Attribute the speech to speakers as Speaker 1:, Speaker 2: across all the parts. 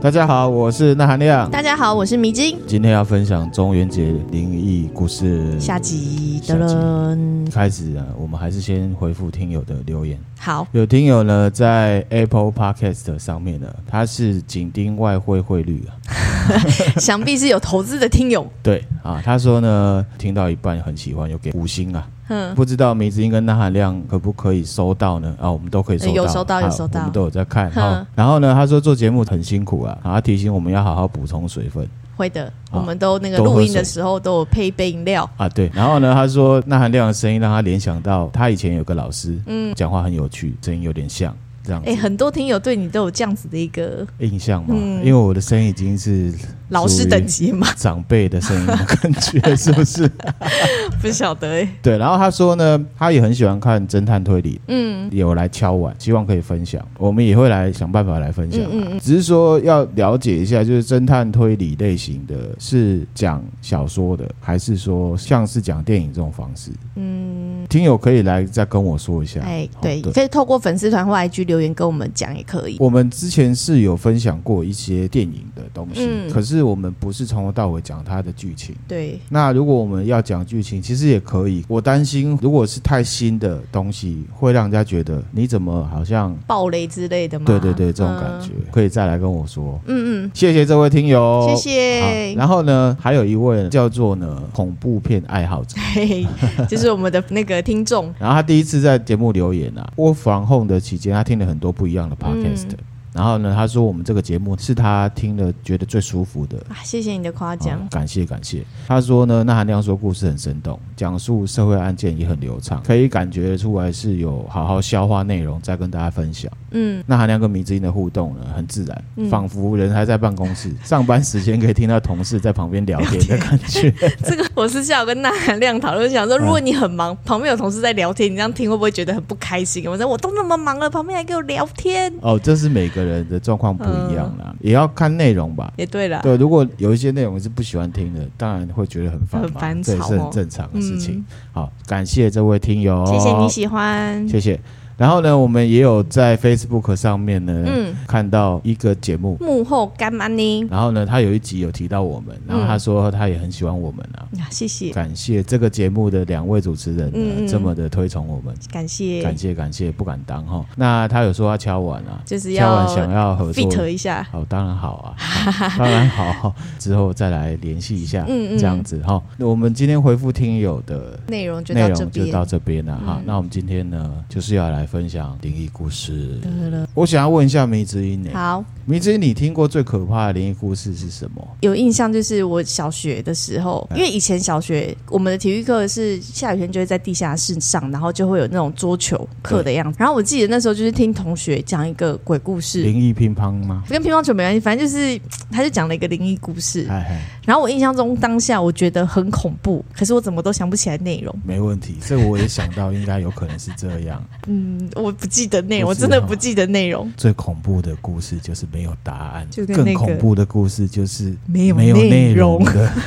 Speaker 1: 大家好，我是那含亮，
Speaker 2: 大家好，我是迷津。
Speaker 1: 今天要分享中元节灵异故事
Speaker 2: 下集
Speaker 1: 下
Speaker 2: 的
Speaker 1: 集
Speaker 2: 人，
Speaker 1: 开始啊，我们还是先回复听友的留言。
Speaker 2: 好，
Speaker 1: 有听友呢在 Apple Podcast 上面呢，他是紧盯外汇汇率啊，
Speaker 2: 想必是有投资的听友。
Speaker 1: 对啊，他说呢听到一半很喜欢，有给五星啊，
Speaker 2: 嗯，
Speaker 1: 不知道迷之音跟那含量可不可以收到呢？啊，我们都可以收到，
Speaker 2: 呃有收到
Speaker 1: 啊
Speaker 2: 有收到
Speaker 1: 我们都有在看。
Speaker 2: 哼
Speaker 1: 好，然后呢，他说做节目很辛苦啊，啊，他提醒我们要好好补充水分
Speaker 2: 会的，
Speaker 1: 好
Speaker 2: 我们都那个
Speaker 1: 多喝
Speaker 2: 录音的
Speaker 1: 水
Speaker 2: 时候都有配一杯饮 料。
Speaker 1: 啊，对。然后呢，他说那含量的声音让他联想到他以前有个老师，嗯，讲话很有趣，声音有点像这样子
Speaker 2: 哎，很多听友对你都有这样子的一个
Speaker 1: 印象嘛，因为我的声音已经是
Speaker 2: 嗯老师
Speaker 1: 属于
Speaker 2: 等级嘛，
Speaker 1: 长辈的声音的感觉，是不是？
Speaker 2: 不晓得哎。
Speaker 1: 对。然后他说呢，他也很喜欢看侦探推理，
Speaker 2: 嗯，
Speaker 1: 有来敲碗，希望可以分享，我们也会来想办法来分享啊、
Speaker 2: 嗯嗯
Speaker 1: 只是说要了解一下，就是侦探推理类型的是讲小说的，还是说像是讲电影这种方式？嗯，听友可以来再跟我说一下。
Speaker 2: 哎
Speaker 1: 啊好，
Speaker 2: 对，可以透过粉丝团或 IG 留言跟我们讲也可以。
Speaker 1: 我们之前是有分享过一些电影的东西，
Speaker 2: 嗯
Speaker 1: 可是我们不是从头到尾讲它的剧情。
Speaker 2: 对，
Speaker 1: 那如果我们要讲剧情，其实也可以。我担心，如果是太新的东西，会让人家觉得你怎么好像
Speaker 2: 暴雷之类的嘛。
Speaker 1: 对对对这种感觉，可以再来跟我说。
Speaker 2: 嗯嗯。嗯
Speaker 1: 谢谢这位听友，
Speaker 2: 嗯，谢
Speaker 1: 好。
Speaker 2: 谢。
Speaker 1: 然后呢，还有一位叫做呢恐怖片爱好者，
Speaker 2: 嘿，就是我们的那个听众。
Speaker 1: 然后他第一次在节目留言啊，我防控的期间，他听了很多不一样的 podcast，、
Speaker 2: 嗯
Speaker 1: 然后呢，他说我们这个节目是他听了觉得最舒服的，
Speaker 2: 啊，谢谢你的夸
Speaker 1: 啊
Speaker 2: 奖。
Speaker 1: 感谢感谢。他说呢，那含亮说故事很生动，讲述社会案件也很流畅，可以感觉出来是有好好消化内容，再跟大家分享。
Speaker 2: 嗯，
Speaker 1: 那含亮跟迷之音的互动呢，很自然，
Speaker 2: 嗯
Speaker 1: 仿佛人还在办公室， 上班时间可以听到同事在旁边聊天的感 觉。
Speaker 2: 这个我私下有跟那含亮讨论，想说如果你很忙，旁边有同事在聊天，你这样听会不会觉得很不开心？我说我都那么忙了，旁边还跟我聊天，
Speaker 1: 哦，这是每个人的状况不一样啦，也要看内容吧。
Speaker 2: 也嗯对啦。
Speaker 1: 对，如果有一些内容是不喜欢听的，当然会觉得很烦嘛，
Speaker 2: 很烦
Speaker 1: 这也
Speaker 2: 吵
Speaker 1: 是很
Speaker 2: 哦
Speaker 1: 正常的事情。
Speaker 2: 嗯
Speaker 1: 好，感谢这位听友，
Speaker 2: 谢谢你喜欢。
Speaker 1: 谢谢。然后呢，我们也有在 Facebook 上面呢、
Speaker 2: 嗯，
Speaker 1: 看到一个节目，
Speaker 2: 幕后干妈呢？
Speaker 1: 然后呢，他有一集有提到我们，然后他
Speaker 2: 嗯
Speaker 1: 说他也很喜欢我们啊，
Speaker 2: 啊，谢谢，
Speaker 1: 感谢这个节目的两位主持人呢、啊
Speaker 2: 嗯嗯
Speaker 1: 这么的推崇我们，
Speaker 2: 感谢，
Speaker 1: 感谢感谢，不敢当哈。那他有说他敲碗啊，
Speaker 2: 就是
Speaker 1: 敲
Speaker 2: 要
Speaker 1: 碗想要合作。
Speaker 2: fit 一下。
Speaker 1: 好，当然好啊，当然好，之后再来联系一下，
Speaker 2: 嗯嗯
Speaker 1: 这样子哈。那我们今天回复听友的
Speaker 2: 内容就
Speaker 1: 内
Speaker 2: 到这
Speaker 1: 容就
Speaker 2: 边。
Speaker 1: 到这边了哈
Speaker 2: 嗯。
Speaker 1: 那我们今天呢，就是要来分享灵异故事。我想要问一下迷之音呢，
Speaker 2: 好，
Speaker 1: 迷之音，你听过最可怕的灵异故事是什么？
Speaker 2: 有印象就是我小学的时候，因为以前小学我们的体育课是下雨天就会在地下室上，然后就会有那种桌球课的样子。然后我记得那时候就是听同学讲一个鬼故事，
Speaker 1: 灵异乒乓吗？
Speaker 2: 跟乒乓球没关系，反正就是他就讲了一个灵异故事。
Speaker 1: 哎哎，
Speaker 2: 然后我印象中当下我觉得很恐怖，可是我怎么都想不起来内容。
Speaker 1: 没问题，这我也想到，应该有可能是这样。
Speaker 2: 嗯，我不记得内容，
Speaker 1: 不
Speaker 2: 我
Speaker 1: 是
Speaker 2: 真的
Speaker 1: 哦
Speaker 2: 不记得内容。
Speaker 1: 最恐怖的故事就是没有答案，
Speaker 2: 就跟那
Speaker 1: 更
Speaker 2: 个
Speaker 1: 恐怖的故事就是
Speaker 2: 没有
Speaker 1: 没有内
Speaker 2: 内
Speaker 1: 容
Speaker 2: 容
Speaker 1: 的。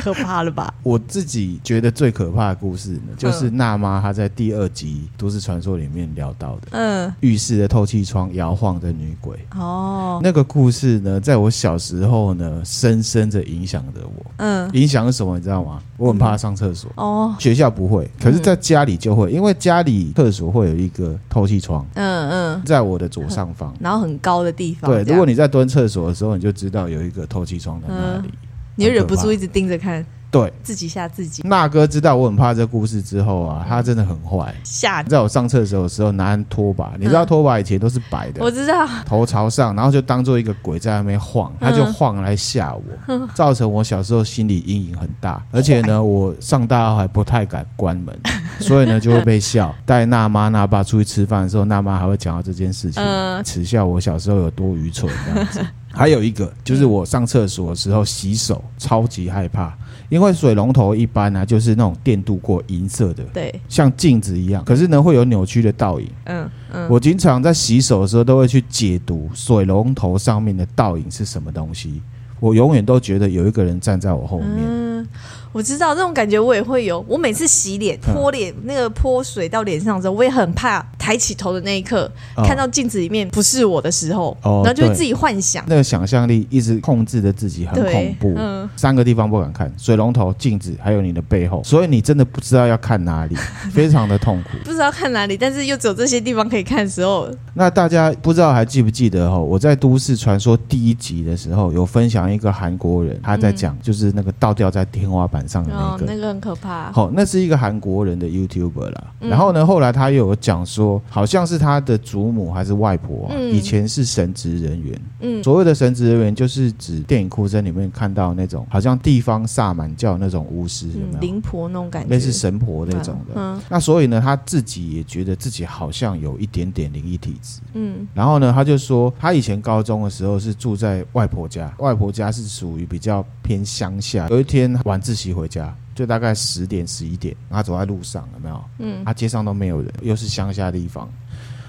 Speaker 2: 可怕了吧？
Speaker 1: 我自己觉得最可怕的故事
Speaker 2: 嗯
Speaker 1: 呢，就是娜妈她在第二集《都市传说》里面聊到的
Speaker 2: 嗯，
Speaker 1: 浴室的透气窗摇晃的女鬼。
Speaker 2: 哦，
Speaker 1: 那个故事呢，在我小时候呢，深深的影响着我。
Speaker 2: 嗯，
Speaker 1: 影响是什么？你知道吗？我很怕上厕所。
Speaker 2: 哦，
Speaker 1: 学校不会，可是在家里就会，因为家里厕所会有一个透气窗，
Speaker 2: 嗯嗯，
Speaker 1: 在我的左上方。
Speaker 2: 然后很高的地方，
Speaker 1: 对，如
Speaker 2: 这样
Speaker 1: 果你在蹲厕所的时候，你就知道有一个透气窗在那里。
Speaker 2: 你就忍不住一直盯着看，
Speaker 1: 对，
Speaker 2: 自己吓自己，
Speaker 1: 那哥知道我很怕这故事之后啊，他真的很坏。
Speaker 2: 吓你。
Speaker 1: 在我上厕所的时候拿拖把，你知道拖把以前都是白的，
Speaker 2: 我知道，
Speaker 1: 头朝上，然后就当做一个鬼在那边晃，他就晃来吓我，造成我小时候心理阴影很大。而且呢，我上大号还不太敢关门，所以呢就会被笑。带娜妈、娜爸出去吃饭的时候，娜妈还会讲到这件事情，
Speaker 2: 嗯
Speaker 1: 耻笑我小时候有多愚蠢这样子。还有一个就是我上厕所的时候洗手，超级害怕，因为水龙头一般啊就是那种电镀过银色的，
Speaker 2: 对，
Speaker 1: 像镜子一样，可是呢会有扭曲的倒影。
Speaker 2: 嗯嗯，
Speaker 1: 我经常在洗手的时候都会去解读水龙头上面的倒影是什么东西。我永远都觉得有一个人站在我后面，
Speaker 2: 嗯，我知道那种感觉，我也会有。我每次洗脸、
Speaker 1: 嗯
Speaker 2: 泼脸、那个泼水到脸上的时候，我也很怕抬起头的那一刻，
Speaker 1: 哦
Speaker 2: 看到镜子里面不是我的时候，
Speaker 1: 哦
Speaker 2: 然后就会
Speaker 1: 对
Speaker 2: 自己幻想。
Speaker 1: 那个想象力一直控制着自己，很恐
Speaker 2: 对，
Speaker 1: 怖。
Speaker 2: 嗯，
Speaker 1: 三个地方不敢看：水龙头、镜子，还有你的背后。所以你真的不知道要看哪 里，非常的痛苦。
Speaker 2: 不知道看哪里，但是又只有这些地方可以看的时候，
Speaker 1: 那大家不知道还记不记得哈、哦？我在《都市传说》第一集的时候有分享一个韩国人，他在讲就是那个倒吊在天花板上的嗯那
Speaker 2: 嗯哦，
Speaker 1: 个。
Speaker 2: 那个很可怕。
Speaker 1: 好、那是一个韩国人的 YouTuber 啦。
Speaker 2: 嗯
Speaker 1: 然后呢，后来他又有讲说，好像是他的祖母还是外婆、啊，
Speaker 2: 嗯
Speaker 1: 以前是神职人员。
Speaker 2: 嗯，
Speaker 1: 所谓的神职人员，就是指电影《哭声》里面看到那种好像地方萨满教那种巫师，有
Speaker 2: 嗯，
Speaker 1: 没有？
Speaker 2: 灵婆那种感觉，
Speaker 1: 啊类似神婆那种的。
Speaker 2: 嗯
Speaker 1: 那所以呢，他自己也觉得自己好像有一点点灵异体质。
Speaker 2: 嗯
Speaker 1: 然后呢，他就说他以前高中的时候是住在外婆家，外婆家是属于比较偏乡下。有一天晚自习回家，就大概十点十一点，他走在路上，有没有？
Speaker 2: 嗯
Speaker 1: 他街上都没有人，又是乡下地方，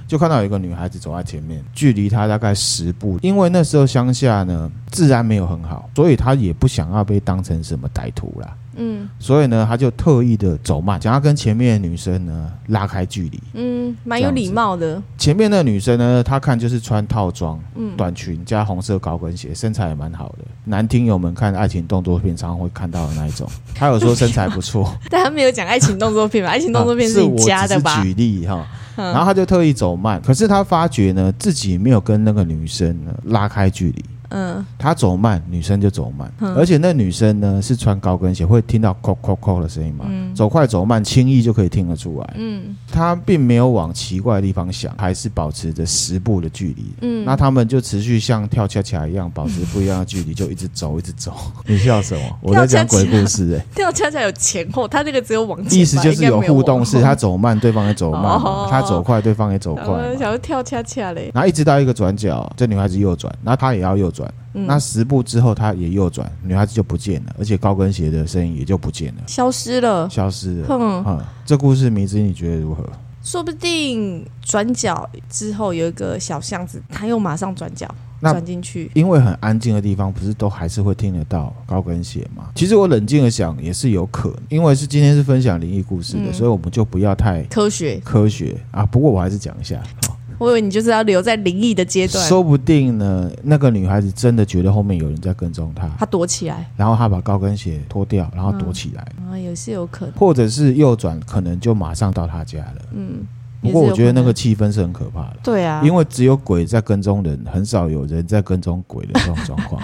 Speaker 1: 就看到有一个女孩子走在前面，距离他大概十步。因为那时候乡下呢治安没有很好，所以他也不想要被当成什么歹徒啦。
Speaker 2: 嗯
Speaker 1: 所以呢，他就特意的走慢，想要跟前面的女生呢拉开距离。
Speaker 2: 嗯，蛮有礼貌的。
Speaker 1: 前面那女生呢，她看就是穿套装、
Speaker 2: 嗯，
Speaker 1: 短裙加红色高跟鞋，身材也蛮好的。男听友们看爱情动作片常常会看到的那一种， 她有说身材不错，
Speaker 2: 但他没有讲爱情动作 片吧？爱 情动作片
Speaker 1: 啊是
Speaker 2: 你加的
Speaker 1: 我
Speaker 2: 吧
Speaker 1: 只？是举例哈，
Speaker 2: 嗯
Speaker 1: 然后他就特意走慢，可是他发觉呢，自己没有跟那个女生呢拉开距离。
Speaker 2: 嗯
Speaker 1: 他走慢，女生就走慢，
Speaker 2: 嗯
Speaker 1: 而且那女生呢是穿高跟鞋，会听到“扣扣扣”的声音嘛？走快走慢，轻易就可以听得出来。
Speaker 2: 嗯
Speaker 1: 他并没有往奇怪的地方想，还是保持着十步的距离。
Speaker 2: 嗯，
Speaker 1: 那他们就持续像跳恰恰一样，保持不一样的距离，就一直走，一直 走。你笑什么？我在讲鬼故事哎、
Speaker 2: 跳恰恰有前后，他那个只有往前吧，
Speaker 1: 意思就是
Speaker 2: 应该没有
Speaker 1: 互动，是
Speaker 2: 往后
Speaker 1: 他走慢，对方也走慢嘛
Speaker 2: 哦
Speaker 1: 他走快，对方也走快嘛。
Speaker 2: 我想要跳恰恰嘞，
Speaker 1: 然后一直到一个转角，这女孩子右转，然后她也要右转，
Speaker 2: 嗯
Speaker 1: 那十步之后她也右转，女孩子就不见了，而且高跟鞋的声音也就不见了，
Speaker 2: 消失了。
Speaker 1: 消失了。
Speaker 2: 哼，
Speaker 1: 嗯，这故事迷之你觉得如何？
Speaker 2: 说不定转角之后有一个小巷子，他又马上转角
Speaker 1: 那
Speaker 2: 转进去。
Speaker 1: 因为很安静的地方，不是都还是会听得到高跟鞋吗？其实我冷静的想，也是有可能，因为是今天是分享灵异故事的，
Speaker 2: 嗯
Speaker 1: 所以我们就不要太
Speaker 2: 科学，
Speaker 1: 科学啊。不过我还是讲一下，哦
Speaker 2: 我以为你就是要留在灵异的阶段，
Speaker 1: 说不定呢，那个女孩子真的觉得后面有人在跟踪她，
Speaker 2: 他躲起来
Speaker 1: 然后她把高跟鞋脱掉，然后躲起来。
Speaker 2: 啊，也是有可能。
Speaker 1: 或者是右转，可能就马上到他家了。
Speaker 2: 嗯，
Speaker 1: 不过
Speaker 2: 也
Speaker 1: 我
Speaker 2: 是有
Speaker 1: 觉得那
Speaker 2: 可
Speaker 1: 个
Speaker 2: 能
Speaker 1: 气氛是很可怕的，
Speaker 2: 对啊，
Speaker 1: 因为只有鬼在跟踪人，很少有人在跟踪鬼的这种状 况，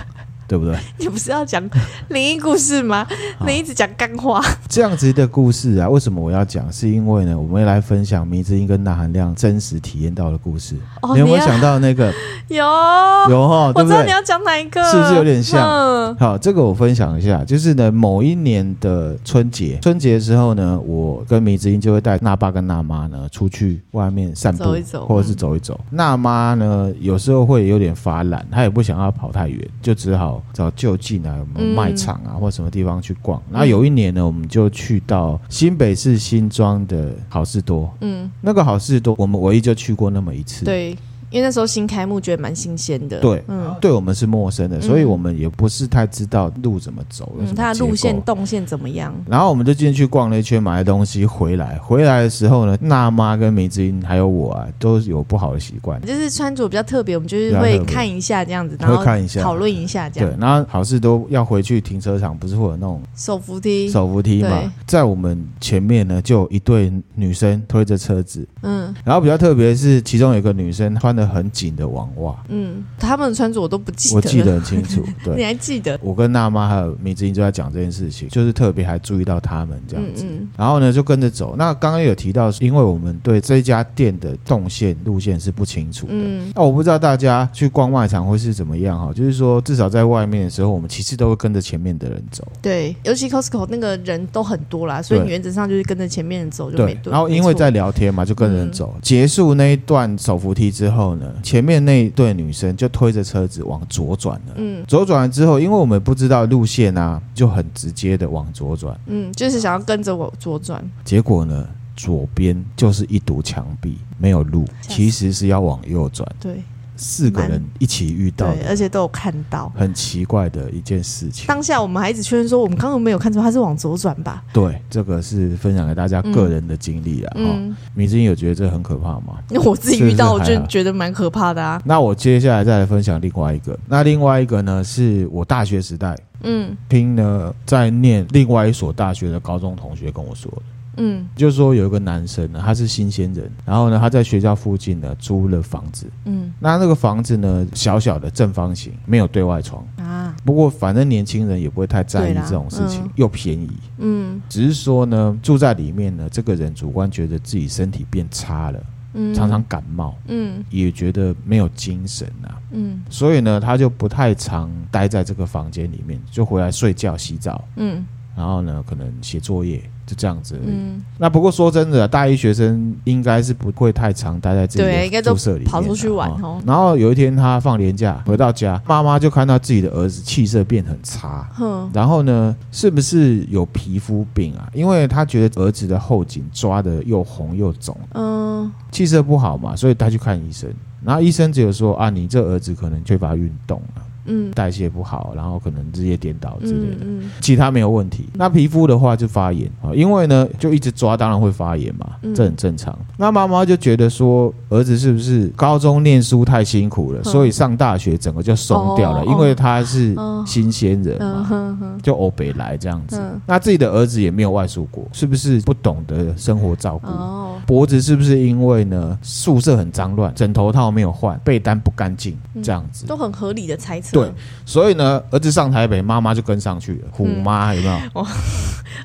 Speaker 1: 对不对？
Speaker 2: 你不是要讲灵异故事吗？
Speaker 1: 好
Speaker 2: 你一直讲干话，
Speaker 1: 这样子的故事啊，为什么我要讲？是因为呢，我们要来分享迷之音跟那含量真实体验到的故事。
Speaker 2: 哦
Speaker 1: 你有没有
Speaker 2: 你要
Speaker 1: 想到那 个？
Speaker 2: 有，
Speaker 1: 有哈，
Speaker 2: 我
Speaker 1: 对
Speaker 2: 知
Speaker 1: 不
Speaker 2: 道
Speaker 1: 对
Speaker 2: 你？要讲哪一个，
Speaker 1: 是不是有点像
Speaker 2: 嗯
Speaker 1: 好，这个我分享一下，就是呢，某一年的春节，春节的时候呢，我跟迷之音就会带那爸跟那妈呢出去外面散步，
Speaker 2: 走一走
Speaker 1: 或者是走一走。那妈呢，有时候会有点发懒，她也不想要跑太远，就只好找就近啊，什么
Speaker 2: 嗯
Speaker 1: 卖场啊、或什么地方去逛。那有一年呢，我们就去到新北市新庄的好事多，
Speaker 2: 嗯，
Speaker 1: 那个好事多我们唯一就去过那么一次，
Speaker 2: 对，因为那时候新开幕，觉得蛮新鲜的，
Speaker 1: 对
Speaker 2: 嗯
Speaker 1: 对我们是陌生的，所以我们也不是太知道路怎么走，有什
Speaker 2: 嗯，
Speaker 1: 么
Speaker 2: 它的路
Speaker 1: 结构
Speaker 2: 线动线怎么样？
Speaker 1: 然后我们就进去逛了一圈，买了东西回来。回来的时候呢，娜妈跟梅子英还有我啊，都有不好的习惯。
Speaker 2: 就是穿着比较特别，我们就是
Speaker 1: 比较
Speaker 2: 会
Speaker 1: 特别
Speaker 2: 看一下这样子，
Speaker 1: 会
Speaker 2: 然后
Speaker 1: 看一下
Speaker 2: 讨论一下这
Speaker 1: 对
Speaker 2: 样，，
Speaker 1: 然后好事都要回去停车场，不是会有那种
Speaker 2: 手扶梯，
Speaker 1: 手扶梯
Speaker 2: 对
Speaker 1: 嘛？在我们前面呢，就有一对女生推着车子，
Speaker 2: 嗯
Speaker 1: 然后比较特别的是，其中有一个女生穿的很紧的网袜，
Speaker 2: 嗯，他们的穿着我都不记得，
Speaker 1: 我记，得很清楚。
Speaker 2: 你
Speaker 1: 对，
Speaker 2: 还记得？
Speaker 1: 我跟娜妈还有梅子英就在讲这件事情，就是特别还注意到他们这样
Speaker 2: 嗯
Speaker 1: 子。
Speaker 2: 嗯
Speaker 1: 然后呢，就跟着走。那刚刚有提到，因为我们对这家店的动线路线是不清楚的。
Speaker 2: 嗯，
Speaker 1: 那、我不知道大家去逛卖场会是怎么样哈，就是说至少在外面的时候，我们其实都会跟着前面的人走。
Speaker 2: 对，尤其 Costco 那个人都很多啦，所以
Speaker 1: 对
Speaker 2: 你原则上就是跟着前面人走就没
Speaker 1: 对，然后因为在聊天嘛，就跟人走。结束那一段手扶梯之后呢，前面那一对女生就推着车子往左转了。
Speaker 2: 嗯
Speaker 1: 左转了之后，因为我们不知道路线啊，就很直接的往左转。
Speaker 2: 嗯，就是想要跟着我左转，
Speaker 1: 结果呢，左边就是一堵墙壁，没有路，
Speaker 2: 吓死
Speaker 1: 其实是要往右转。
Speaker 2: 对，
Speaker 1: 四个人一起遇到
Speaker 2: 对，
Speaker 1: 的，
Speaker 2: 而且都有看到。
Speaker 1: 很奇怪的一件事情。
Speaker 2: 当下我们还一直确认说，我们刚刚没有看错，他是往左转吧？
Speaker 1: 对，这个是分享给大家个人的经历啊。哈、
Speaker 2: 嗯，
Speaker 1: 米之音有觉得这很可怕吗？
Speaker 2: 因为我自己遇到，我
Speaker 1: 是是还
Speaker 2: 就
Speaker 1: 好
Speaker 2: 觉得蛮可怕的啊。
Speaker 1: 那我接下来再来分享另外一个。那另外一个呢，是我大学时代
Speaker 2: 嗯
Speaker 1: 听呢，在念另外一所大学的高中同学跟我说的，
Speaker 2: 嗯
Speaker 1: 就是说有一个男生呢，他是新鲜人，然后呢，他在学校附近呢租了房子。
Speaker 2: 嗯
Speaker 1: 那那个房子呢，小小的正方形，没有对外窗。
Speaker 2: 啊
Speaker 1: 不过反正年轻人也不会太在意
Speaker 2: 对啦
Speaker 1: 这种事情，
Speaker 2: 嗯
Speaker 1: 又便宜。
Speaker 2: 嗯
Speaker 1: 只是说呢，住在里面呢，这个人主观觉得自己身体变差了，
Speaker 2: 嗯，
Speaker 1: 常常感冒，
Speaker 2: 嗯
Speaker 1: 也觉得没有精神啊。
Speaker 2: 嗯
Speaker 1: 所以呢，他就不太常待在这个房间里面，就回来睡觉、洗澡，
Speaker 2: 嗯
Speaker 1: 然后呢，可能写作业，就这样子而已。
Speaker 2: 嗯，
Speaker 1: 那不过说真的，大一学生应该是不会太常待在自己
Speaker 2: 对应
Speaker 1: 的
Speaker 2: 该都
Speaker 1: 宿舍里面啊，
Speaker 2: 跑出去玩
Speaker 1: 哦
Speaker 2: 哦
Speaker 1: 然后有一天他放年假回到家，妈妈就看到自己的儿子气色变很差。
Speaker 2: 哼，
Speaker 1: 然后呢，是不是有皮肤病啊？因为他觉得儿子的后颈抓的又红又肿，
Speaker 2: 嗯
Speaker 1: 气色不好嘛，所以他去看医生。然后医生只有说啊，你这儿子可能缺乏运动啊，
Speaker 2: 嗯
Speaker 1: 代谢不好，然后可能日夜颠倒之类的。
Speaker 2: 嗯
Speaker 1: 其他没有问题，那皮肤的话就发炎啊，因为呢就一直抓，当然会发炎嘛
Speaker 2: 嗯，
Speaker 1: 这很正常。那妈妈就觉得说，儿子是不是高中念书太辛苦了，
Speaker 2: 嗯
Speaker 1: 所以上大学整个就松掉了，
Speaker 2: 哦
Speaker 1: 因为他是
Speaker 2: 哦
Speaker 1: 新鲜人
Speaker 2: 嗯
Speaker 1: 嘛，
Speaker 2: 哼哼，
Speaker 1: 就欧北来这样子
Speaker 2: 嗯。
Speaker 1: 那自己的儿子也没有外出过，是不是不懂得生活照顾？
Speaker 2: 哦，
Speaker 1: 脖子是不是因为呢宿舍很脏乱，枕头套没有换，被单不干净
Speaker 2: 嗯
Speaker 1: 这样子？
Speaker 2: 都很合理的猜测。
Speaker 1: 对，所以呢，儿子上台北，妈妈就跟上去了，虎
Speaker 2: 嗯
Speaker 1: 妈有没有？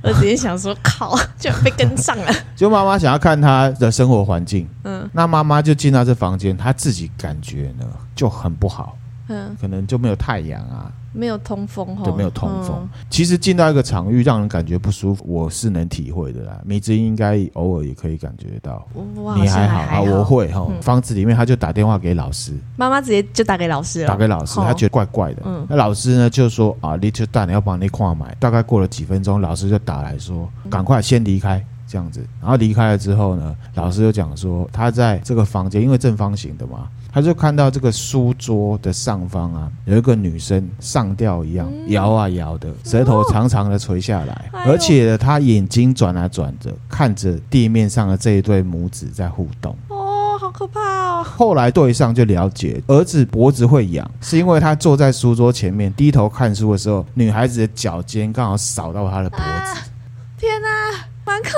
Speaker 2: 我直接想说， 靠，居然被跟上 了。
Speaker 1: 就妈妈想要看他的生活环境，
Speaker 2: 嗯
Speaker 1: 那妈妈就进到这房间，她自己感觉呢就很不好，
Speaker 2: 嗯，
Speaker 1: 可能就没有太阳啊，
Speaker 2: 没有通风哈，
Speaker 1: 对，没有通
Speaker 2: 嗯
Speaker 1: 风。其实进到一个场域让人感觉不舒服，我是能体会的啦。迷之音应该偶尔也可以感觉到。
Speaker 2: 嗯。我我好嗯
Speaker 1: 你
Speaker 2: 像还
Speaker 1: 好啊，我会哈。房子里面，他就打电话给老师，
Speaker 2: 妈妈直接就打给老师了，
Speaker 1: 打给老师，
Speaker 2: 哦
Speaker 1: 他觉得怪怪的
Speaker 2: 嗯。
Speaker 1: 那老师呢就说啊，你就蛋要帮你矿买。大概过了几分钟，老师就打来说，
Speaker 2: 嗯
Speaker 1: 赶快先离开。这样子，然后离开了之后呢，老师就讲说，他在这个房间，因为正方形的嘛，他就看到这个书桌的上方啊，有一个女生上吊一样摇啊摇的，舌头长长的垂下来，
Speaker 2: 嗯哎呦
Speaker 1: 而且呢她眼睛转啊转着，看着地面上的这一对母子在互动。
Speaker 2: 哦，好可怕哦。
Speaker 1: 后来对上就了解，儿子脖子会痒，是因为他坐在书桌前面低头看书的时候，女孩子的脚尖刚好扫到他的脖子，
Speaker 2: 啊天哪、蛮可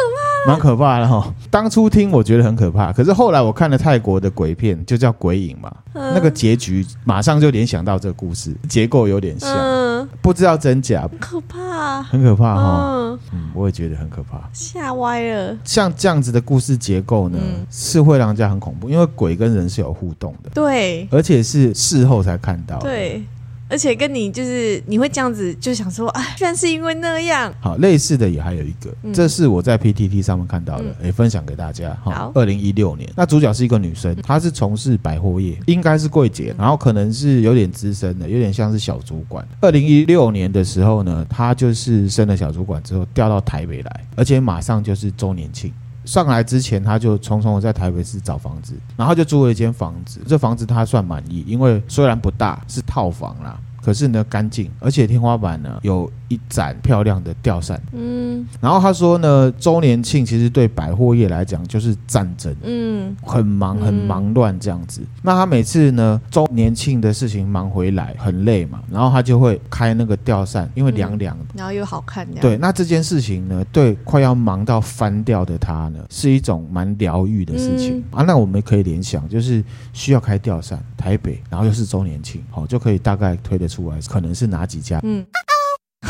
Speaker 1: 蛮可怕的哈。当初听我觉得很可怕，可是后来我看了泰国的鬼片，就叫《鬼影》嘛，
Speaker 2: 嗯
Speaker 1: 那个结局马上就联想到这个故事，结构有点像，
Speaker 2: 嗯，
Speaker 1: 不知道真假，
Speaker 2: 可怕，
Speaker 1: 很可怕啊哈。
Speaker 2: 嗯，
Speaker 1: 嗯，我也觉得很可怕。
Speaker 2: 吓歪了。
Speaker 1: 像这样子的故事结构呢，
Speaker 2: 嗯
Speaker 1: 是会让人家很恐怖，因为鬼跟人是有互动的，
Speaker 2: 对
Speaker 1: 而且是事后才看到的。
Speaker 2: 对，而且跟你就是你会这样子，就想说，哎，居然是因为那样。
Speaker 1: 好，类似的也还有一个，
Speaker 2: 嗯
Speaker 1: 这是我在 PTT 上面看到的，也、分享给大家哈
Speaker 2: 好。
Speaker 1: 二零一六年，那主角是一个女生，她是从事百货业，应该是柜姐，然后可能是有点资深的，有点像是小主管。二零一六年的时候呢，她就是升了小主管之后调到台北来，而且马上就是周年庆。上来之前，她就匆匆的在台北市找房子，然后就租了一间房子。这房子她算满意，因为虽然不大，是套房啦，可是呢干净，而且天花板呢有一盏漂亮的吊扇。
Speaker 2: 嗯
Speaker 1: 然后他说呢，周年庆其实对百货业来讲就是战争，
Speaker 2: 嗯
Speaker 1: 很忙很忙乱这样子。那他每次呢周年庆的事情忙回来很累嘛，然后他就会开那个吊扇，因为凉凉的。
Speaker 2: 然后又好看这样。
Speaker 1: 对，那这件事情呢，对快要忙到翻掉的他呢，是一种蛮疗愈的事情、啊。那我们可以联想，就是需要开吊扇，台北，然后又是周年庆，好、就可以大概推得出来，可能是哪几家。
Speaker 2: 嗯，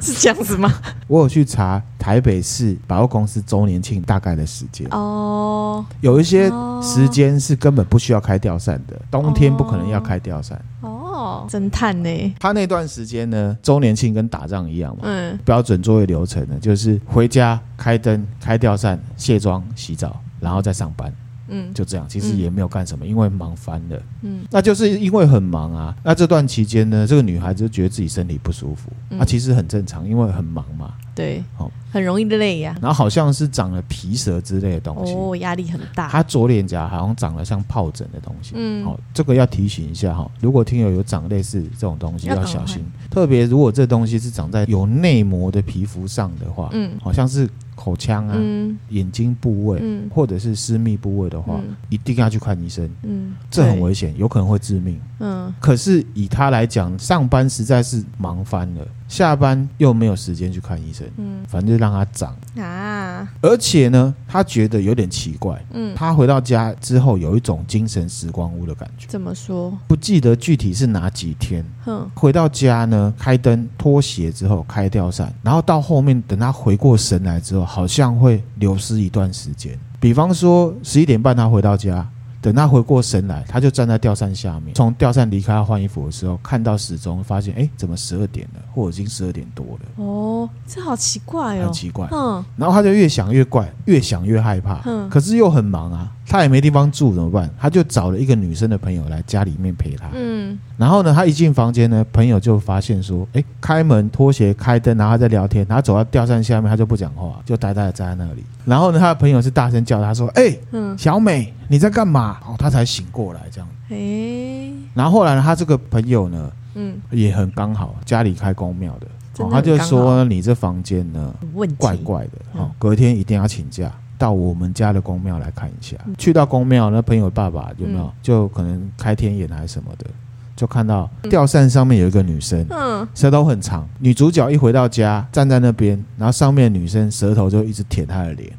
Speaker 2: 是这样子吗？
Speaker 1: 我有去查台北市百货公司周年庆大概的时间，
Speaker 2: 哦
Speaker 1: 有一些
Speaker 2: 哦
Speaker 1: 时间是根本不需要开吊扇的，冬天不可能要开吊扇。
Speaker 2: 哦，侦探呢？
Speaker 1: 他那段时间呢，周年庆跟打仗一样嘛，
Speaker 2: 嗯
Speaker 1: 标准作业流程呢，就是回家开灯、开吊扇、卸妆、洗澡，然后再上班，
Speaker 2: 嗯
Speaker 1: 就这样。其实也没有干什么，因为忙翻了。
Speaker 2: 嗯
Speaker 1: 那就是因为很忙啊。那这段期间呢，这个女孩子就觉得自己身体不舒服，那、啊
Speaker 2: 嗯
Speaker 1: 其实很正常，因为很忙嘛。
Speaker 2: 对，
Speaker 1: 好
Speaker 2: 很容易累呀、
Speaker 1: 然后好像是长了皮蛇之类的东西。
Speaker 2: 哦，压力很大。
Speaker 1: 他左脸颊好像长了像疱疹的东西，
Speaker 2: 嗯
Speaker 1: 好、哦这个要提醒一下哈、如果听友有长类似这种东西，
Speaker 2: 要
Speaker 1: 要
Speaker 2: 赶
Speaker 1: 小
Speaker 2: 快
Speaker 1: 心。特别如果这东西是长在有内膜的皮肤上的话，
Speaker 2: 嗯
Speaker 1: 好像是口腔啊、
Speaker 2: 嗯
Speaker 1: 眼睛部位、
Speaker 2: 嗯
Speaker 1: 或者是私密部位的话，
Speaker 2: 嗯
Speaker 1: 一定要去看医生，
Speaker 2: 嗯，
Speaker 1: 啊这很
Speaker 2: 对
Speaker 1: 危险，有可能会致命。
Speaker 2: 嗯
Speaker 1: 可是以他来讲，上班实在是忙翻了，下班又没有时间去看医生，
Speaker 2: 嗯
Speaker 1: 反正就让他长。
Speaker 2: 啊
Speaker 1: 而且呢，他觉得有点奇怪，
Speaker 2: 嗯，
Speaker 1: 他回到家之后有一种精神时光屋的感觉，
Speaker 2: 怎么说？
Speaker 1: 不记得具体是哪几天。
Speaker 2: 哼，
Speaker 1: 回到家呢，开灯、脱鞋之后开吊扇，然后到后面等他回过神来之后，好像会流失一段时间。比方说十一点半他回到家，等他回过神来，他就站在吊扇下面。从吊扇离开换衣服的时候，看到时钟，发现哎，怎么十二点了，或者已经十二点多了，
Speaker 2: 哦，这好奇怪
Speaker 1: 很
Speaker 2: 哦。
Speaker 1: 奇怪。
Speaker 2: 嗯
Speaker 1: 然后他就越想越怪，越想越害怕。
Speaker 2: 嗯
Speaker 1: 可是又很忙啊，他也没地方住，怎么办？他就找了一个女生的朋友来家里面陪他。
Speaker 2: 嗯
Speaker 1: 然后呢，他一进房间呢，朋友就发现说，哎，开门、拖鞋、开灯，然后他在聊天。他走到吊扇下面，他就不讲话，就呆呆的站在那里。然后呢，他的朋友是大声叫他说，哎，
Speaker 2: 嗯，
Speaker 1: 小美，你在干嘛？哦，他才醒过来这样。
Speaker 2: 诶，
Speaker 1: 然后后来呢，他这个朋友呢，
Speaker 2: 哎嗯，
Speaker 1: 也很刚好，家里开公庙的，哦
Speaker 2: 真的
Speaker 1: 他就
Speaker 2: 很刚
Speaker 1: 说你这房间呢，
Speaker 2: 问
Speaker 1: 怪
Speaker 2: 题。
Speaker 1: 怪的，
Speaker 2: 嗯
Speaker 1: 哦，隔天一定要请假到我们家的公庙来看一下。去到公庙，那朋友爸爸有没有、
Speaker 2: 嗯
Speaker 1: 就可能开天眼还是什么的，就看到吊扇上面有一个女生，
Speaker 2: 嗯，
Speaker 1: 舌头很长。女主角一回到家，站在那边，然后上面的女生舌头就一直舔她的脸，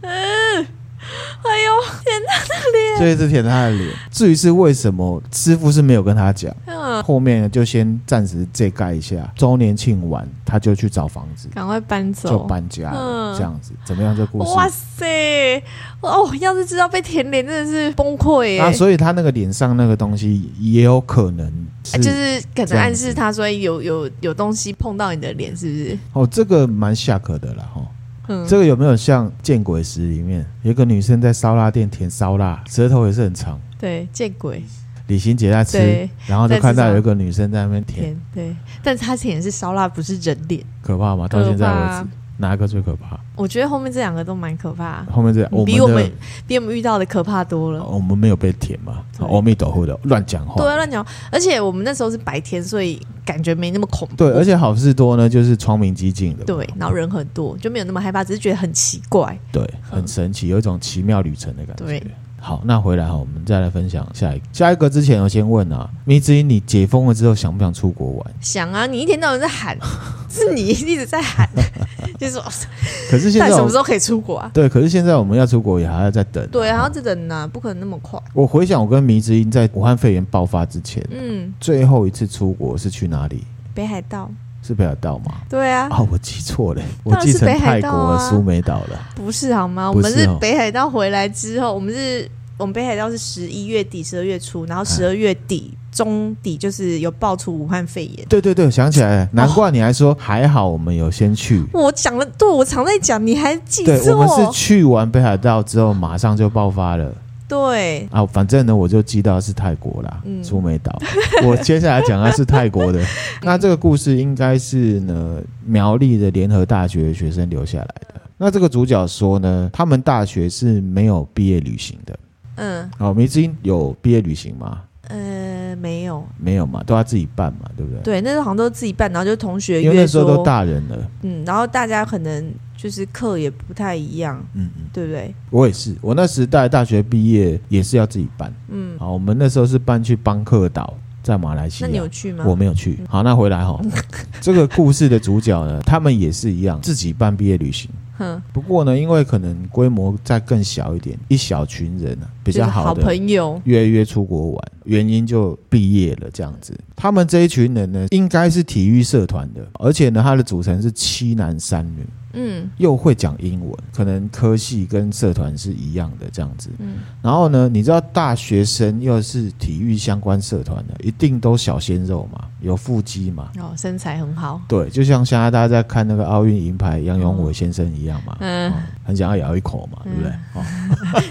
Speaker 2: 哎呦，
Speaker 1: 就一直舔她的脸。至于是为什么，师傅是没有跟她讲。
Speaker 2: 嗯，
Speaker 1: 后面呢就先暂时借盖一下，周年庆完他就去找房子，
Speaker 2: 赶快搬
Speaker 1: 就
Speaker 2: 走。
Speaker 1: 搬家了，
Speaker 2: 嗯
Speaker 1: 这样子怎么样？这故事
Speaker 2: 哇塞！哦，要是知道被舔脸，真的是崩溃耶、
Speaker 1: 啊，所以他那个脸上那个东西也有可能是，
Speaker 2: 啊就是可
Speaker 1: 这
Speaker 2: 能
Speaker 1: 样
Speaker 2: 暗示
Speaker 1: 子
Speaker 2: 他说有有有东西碰到你的脸，是不是？
Speaker 1: 哦，这个蛮下可的啦哈、哦。
Speaker 2: 嗯，
Speaker 1: 这个有没有像《见鬼时》里面有一个女生在烧腊店舔烧腊，舌头也是很长。
Speaker 2: 对，见鬼，
Speaker 1: 李行杰在吃
Speaker 2: 对，
Speaker 1: 然后就
Speaker 2: 在吃
Speaker 1: 看到
Speaker 2: 烧
Speaker 1: 有一个女生在那边舔，
Speaker 2: 舔对，但是他舔的是烧腊，不是人脸。
Speaker 1: 可怕吗？到
Speaker 2: 可
Speaker 1: 现在为
Speaker 2: 怕
Speaker 1: 止，哪一个最可怕？
Speaker 2: 我觉得后面这两个都蛮可怕，
Speaker 1: 后面这我
Speaker 2: 比我
Speaker 1: 们
Speaker 2: 们
Speaker 1: 的
Speaker 2: 比我们遇到的可怕多了。
Speaker 1: 哦我们没有被舔嘛？哦
Speaker 2: 对
Speaker 1: 阿弥陀佛的乱讲话
Speaker 2: 对，。啊乱讲，而且我们那时候是白天，所以感觉没那么恐怖。
Speaker 1: 对，而且好事多呢，就是窗明几净的，
Speaker 2: 对，然后人很多，就没有那么害怕，只是觉得很奇怪。
Speaker 1: 对，很神奇，有一种奇妙旅程的感觉
Speaker 2: 嗯对。
Speaker 1: 好，那回来哈，我们再来分享下一个。下一个之前，我先问啊，迷之音，你解封了之后想不想出国玩？
Speaker 2: 想啊，你一天到晚在喊， 是你一直在喊， 就是说
Speaker 1: 可是现
Speaker 2: 到底
Speaker 1: 在
Speaker 2: 什
Speaker 1: 我
Speaker 2: 么时候可以出国啊？
Speaker 1: 对，可是现在我们要出国也还要再等。啊
Speaker 2: 对，还要再等呢、啊不可能那么快。
Speaker 1: 我回想我跟迷之音在武汉肺炎爆发之前，
Speaker 2: 嗯，
Speaker 1: 最后一次出国是去哪里？
Speaker 2: 北海道，
Speaker 1: 是北海道吗？
Speaker 2: 对啊，
Speaker 1: 啊，我记错了，我
Speaker 2: 当然
Speaker 1: 记
Speaker 2: 是
Speaker 1: 成
Speaker 2: 北
Speaker 1: 泰
Speaker 2: 海
Speaker 1: 国
Speaker 2: 道
Speaker 1: 的
Speaker 2: 啊
Speaker 1: 苏梅岛了。
Speaker 2: 不是好吗？我
Speaker 1: 不是
Speaker 2: 们是
Speaker 1: 哦
Speaker 2: 北海道回来之后，我们是我们北海道是十一月底、十二月初，
Speaker 1: 哎
Speaker 2: 然后十二月底、中底就是有爆出武汉肺炎。
Speaker 1: 对对对，想起来了，难怪你还说还好我们有先去。
Speaker 2: 我讲了，对我常在讲，你还哦记
Speaker 1: 对，我
Speaker 2: 错？
Speaker 1: 们是去完北海道之后马上就爆发了。
Speaker 2: 对
Speaker 1: 啊，反正呢，我就记到是泰国啦，
Speaker 2: 嗯
Speaker 1: 苏梅岛。 我接下来讲的是泰国 的，那这个故事应该是呢苗栗的联合大学的学生留下来的。那这个主角说呢，他们大学是没有毕业旅行的。
Speaker 2: 嗯
Speaker 1: 好、哦，梅之音有毕业旅行吗？
Speaker 2: 呃，没有，
Speaker 1: 没有嘛，都要自己办嘛，对不对？
Speaker 2: 对，那时候好像都是自己办，然后就同学
Speaker 1: 因为那
Speaker 2: 约
Speaker 1: 时候都
Speaker 2: 说，
Speaker 1: 大人了。
Speaker 2: 嗯，然后大家可能就是课也不太一样，
Speaker 1: 嗯嗯，
Speaker 2: 对不对？
Speaker 1: 我也是，我那时代大学毕业也是要自己办。哦
Speaker 2: 嗯，
Speaker 1: 好，我们那时候是搬去邦克岛，在马来西亚。
Speaker 2: 那你有去吗？
Speaker 1: 我没有去。好，那回来 哈，这个故事的主角呢，他们也是一样，自己办毕业旅行。
Speaker 2: 哼，
Speaker 1: 不过呢，因为可能规模再更小一点，一小群人啊，比
Speaker 2: 就是
Speaker 1: 较
Speaker 2: 好
Speaker 1: 的。
Speaker 2: 朋友，
Speaker 1: 约约出国玩，原因就毕业了这样子。他们这一群人呢，应该是体育社团的，而且呢，它的组成是七男三女，
Speaker 2: 嗯
Speaker 1: 又会讲英文，可能科系跟社团是一样的这样子。
Speaker 2: 嗯，
Speaker 1: 然后呢，你知道大学生又是体育相关社团的，一定都小鲜肉嘛，有腹肌嘛，
Speaker 2: 哦，身材很好，
Speaker 1: 对，就像现在大家在看那个奥运银牌杨永伟先生一样嘛，
Speaker 2: 嗯
Speaker 1: 哦很想要咬一口嘛，对不对？哦，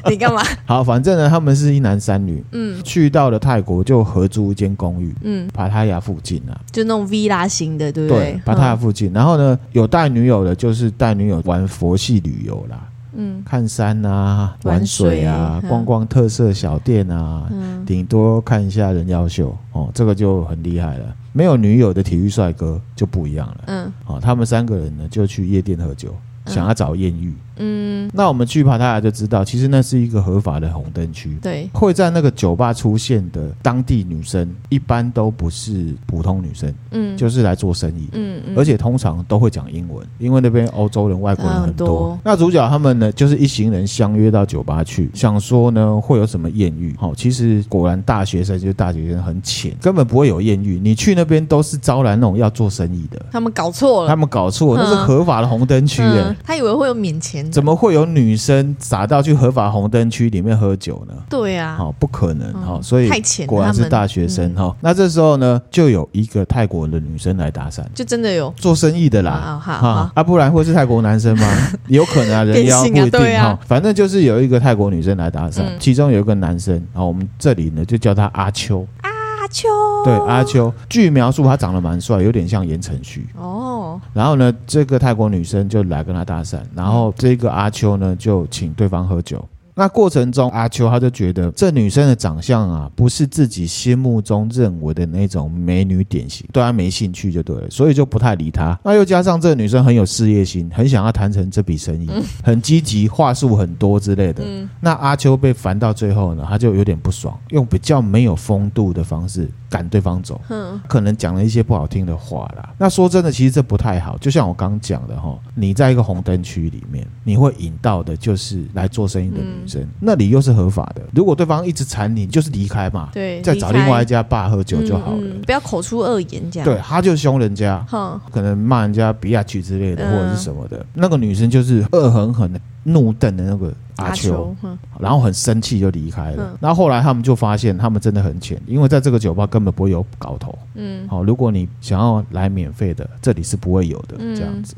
Speaker 2: 你干嘛？
Speaker 1: 好，反正呢，他们是一男三女，
Speaker 2: 嗯
Speaker 1: 去到了泰国就合租一间公寓，
Speaker 2: 嗯，
Speaker 1: 帕塔亚附近啊，
Speaker 2: 就那种 V 拉型的，对不嗯
Speaker 1: 对
Speaker 2: 对，？
Speaker 1: 帕塔亚附近。然后呢，有带女友的，就是带女友玩佛系旅游啦，
Speaker 2: 嗯
Speaker 1: 看山啊，玩
Speaker 2: 玩
Speaker 1: 水
Speaker 2: 水
Speaker 1: 啊，
Speaker 2: 嗯
Speaker 1: 逛逛特色小店啊，
Speaker 2: 嗯
Speaker 1: 顶多看一下人妖秀哦，这个就很厉害了。没有女友的体育帅哥就不一样了。
Speaker 2: 嗯
Speaker 1: 哦，他们三个人呢就去夜店喝酒，
Speaker 2: 嗯
Speaker 1: 想要找艳遇。
Speaker 2: 嗯，
Speaker 1: 那我们去帕塔亚就知道，其实那是一个合法的红灯区。
Speaker 2: 对，
Speaker 1: 会在那个酒吧出现的当地女生，一般都不是普通女生，
Speaker 2: 嗯，
Speaker 1: 就是来做生意的。
Speaker 2: 嗯嗯，
Speaker 1: 而且通常都会讲英文，因为那边欧洲人、外国人
Speaker 2: 嗯
Speaker 1: 很多。
Speaker 2: 多
Speaker 1: 那主角他们呢，就是一行人相约到酒吧去，想说呢会有什么艳遇。好、其实果然大学生就是大学生很浅，根本不会有艳遇。你去那边都是招揽那种要做生意的，
Speaker 2: 他们搞错了，
Speaker 1: 他们搞错，
Speaker 2: 嗯
Speaker 1: 那是合法的红灯区耶。
Speaker 2: 嗯，他以为会有免钱，
Speaker 1: 怎么会有女生傻到去合法红灯区里面喝酒呢？
Speaker 2: 对啊，
Speaker 1: 好、不可能
Speaker 2: 嗯
Speaker 1: 哈、好所以
Speaker 2: 太浅了，
Speaker 1: 果然
Speaker 2: 他
Speaker 1: 是
Speaker 2: 们
Speaker 1: 大学生
Speaker 2: 嗯
Speaker 1: 哈、好那这时候呢，就有一个泰国的女生来搭讪，
Speaker 2: 就真的有
Speaker 1: 做生意的啦，
Speaker 2: 啊好
Speaker 1: 啊
Speaker 2: 好
Speaker 1: 啊，不然会是泰国男生 吗？有可能啊，人妖不
Speaker 2: 变性啊
Speaker 1: 一定
Speaker 2: 对啊
Speaker 1: 哈。反正就是有一个泰国女生来搭讪，
Speaker 2: 嗯
Speaker 1: 其中有一个男生，然后我们这里呢就叫他阿秋。
Speaker 2: 阿秋，
Speaker 1: 对，阿秋，据描述他长得蛮帅，有点像言承旭。
Speaker 2: 哦，
Speaker 1: 然后呢，这个泰国女生就来跟他搭讪，然后这个阿秋呢就请对方喝酒。那过程中，阿秋他就觉得这女生的长相啊，不是自己心目中认为的那种美女典型，对她没兴趣就对了，所以就不太理她。那又加上这女生很有事业心，很想要谈成这笔生意，很积极，话术很多之类的。
Speaker 2: 嗯
Speaker 1: 那阿秋被烦到最后呢，他就有点不爽，用比较没有风度的方式赶对方走。
Speaker 2: 哼，
Speaker 1: 可能讲了一些不好听的话啦。那说真的，其实这不太好。就像我刚讲的哈，你在一个红灯区里面，你会引到的就是来做生意的女生，
Speaker 2: 嗯
Speaker 1: 那里又是合法的。如果对方一直缠你，你就是离开嘛，
Speaker 2: 对，
Speaker 1: 再
Speaker 2: 离
Speaker 1: 找
Speaker 2: 开
Speaker 1: 另外一家爸喝酒就好了。
Speaker 2: 嗯嗯不嗯要口出恶言这样，
Speaker 1: 对，，他就凶人家，
Speaker 2: 哼，
Speaker 1: 可能骂人家比亚曲之类的，
Speaker 2: 嗯
Speaker 1: 或者是什么的。那个女生就是恶狠狠的怒瞪的那个阿
Speaker 2: 阿
Speaker 1: 秋，，
Speaker 2: 哼
Speaker 1: 然后很生气就离开了
Speaker 2: 嗯。
Speaker 1: 那、后来他们就发现，他们真的很浅，因为在这个酒吧根本不会有搞头。
Speaker 2: 嗯
Speaker 1: 好、如果你想要来免费的，这里是不会有的，
Speaker 2: 嗯
Speaker 1: 这样子。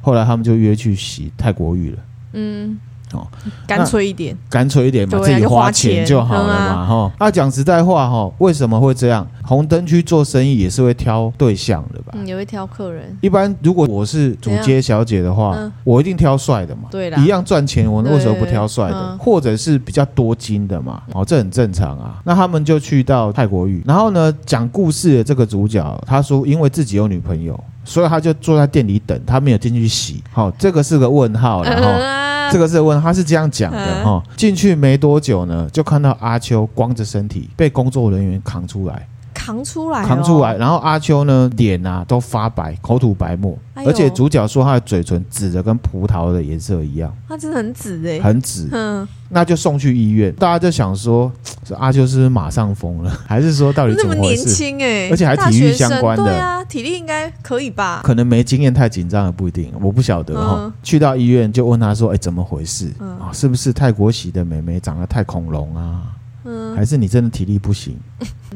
Speaker 1: 后来他们就约去洗泰国浴了，
Speaker 2: 嗯，
Speaker 1: 哦，
Speaker 2: 干脆一点，
Speaker 1: 干脆一点嘛，
Speaker 2: 对啊
Speaker 1: 自己
Speaker 2: 就花
Speaker 1: 钱
Speaker 2: 钱嗯啊
Speaker 1: 就好了嘛，哈、那讲实在话，哈、为什么会这样？红灯区做生意也是会挑对象的吧？
Speaker 2: 嗯，也会挑客人，
Speaker 1: 一般如果我是主街小姐的话，
Speaker 2: 怎样嗯
Speaker 1: 我一定挑帅的嘛，
Speaker 2: 对啦
Speaker 1: 一样赚钱，我
Speaker 2: 对
Speaker 1: 为什么不挑帅的？
Speaker 2: 嗯
Speaker 1: 或者是比较多金的嘛，哦，这很正常啊。那他们就去到泰国语，然后呢，讲故事的这个主角，他说因为自己有女朋友，所以他就坐在店里等，他没有进去洗。好、这个是个问号哦然后。
Speaker 2: 啊
Speaker 1: 这个是问，他是这样讲的
Speaker 2: 嗯
Speaker 1: 哈。进去没多久呢，就看到阿秋光着身体被工作人员扛出来，
Speaker 2: 扛出来，哦
Speaker 1: 扛出来，，然后阿秋呢脸啊都发白，口吐白沫，
Speaker 2: 哎呦
Speaker 1: 而且主角说他的嘴唇紫的跟葡萄的颜色一样，
Speaker 2: 他真的很紫哎，
Speaker 1: 很紫，
Speaker 2: 嗯，
Speaker 1: 那就送去医院。大家就想说，这阿秋是不是马上疯了， 还是说到底
Speaker 2: 那
Speaker 1: 怎
Speaker 2: 么
Speaker 1: 么回
Speaker 2: 年
Speaker 1: 事？
Speaker 2: 轻哎，
Speaker 1: 而且还
Speaker 2: 大
Speaker 1: 体育
Speaker 2: 学
Speaker 1: 相
Speaker 2: 生
Speaker 1: 关的
Speaker 2: 对啊，体力应该可以吧？
Speaker 1: 可能没经验太紧张也不一定，我不晓得哈、
Speaker 2: 嗯
Speaker 1: 去到医院就问他说：“哎，怎么回事？
Speaker 2: 嗯
Speaker 1: 啊，是不是泰国洗的美眉长得太恐龙啊？
Speaker 2: 嗯，
Speaker 1: 还是你真的体力不 行？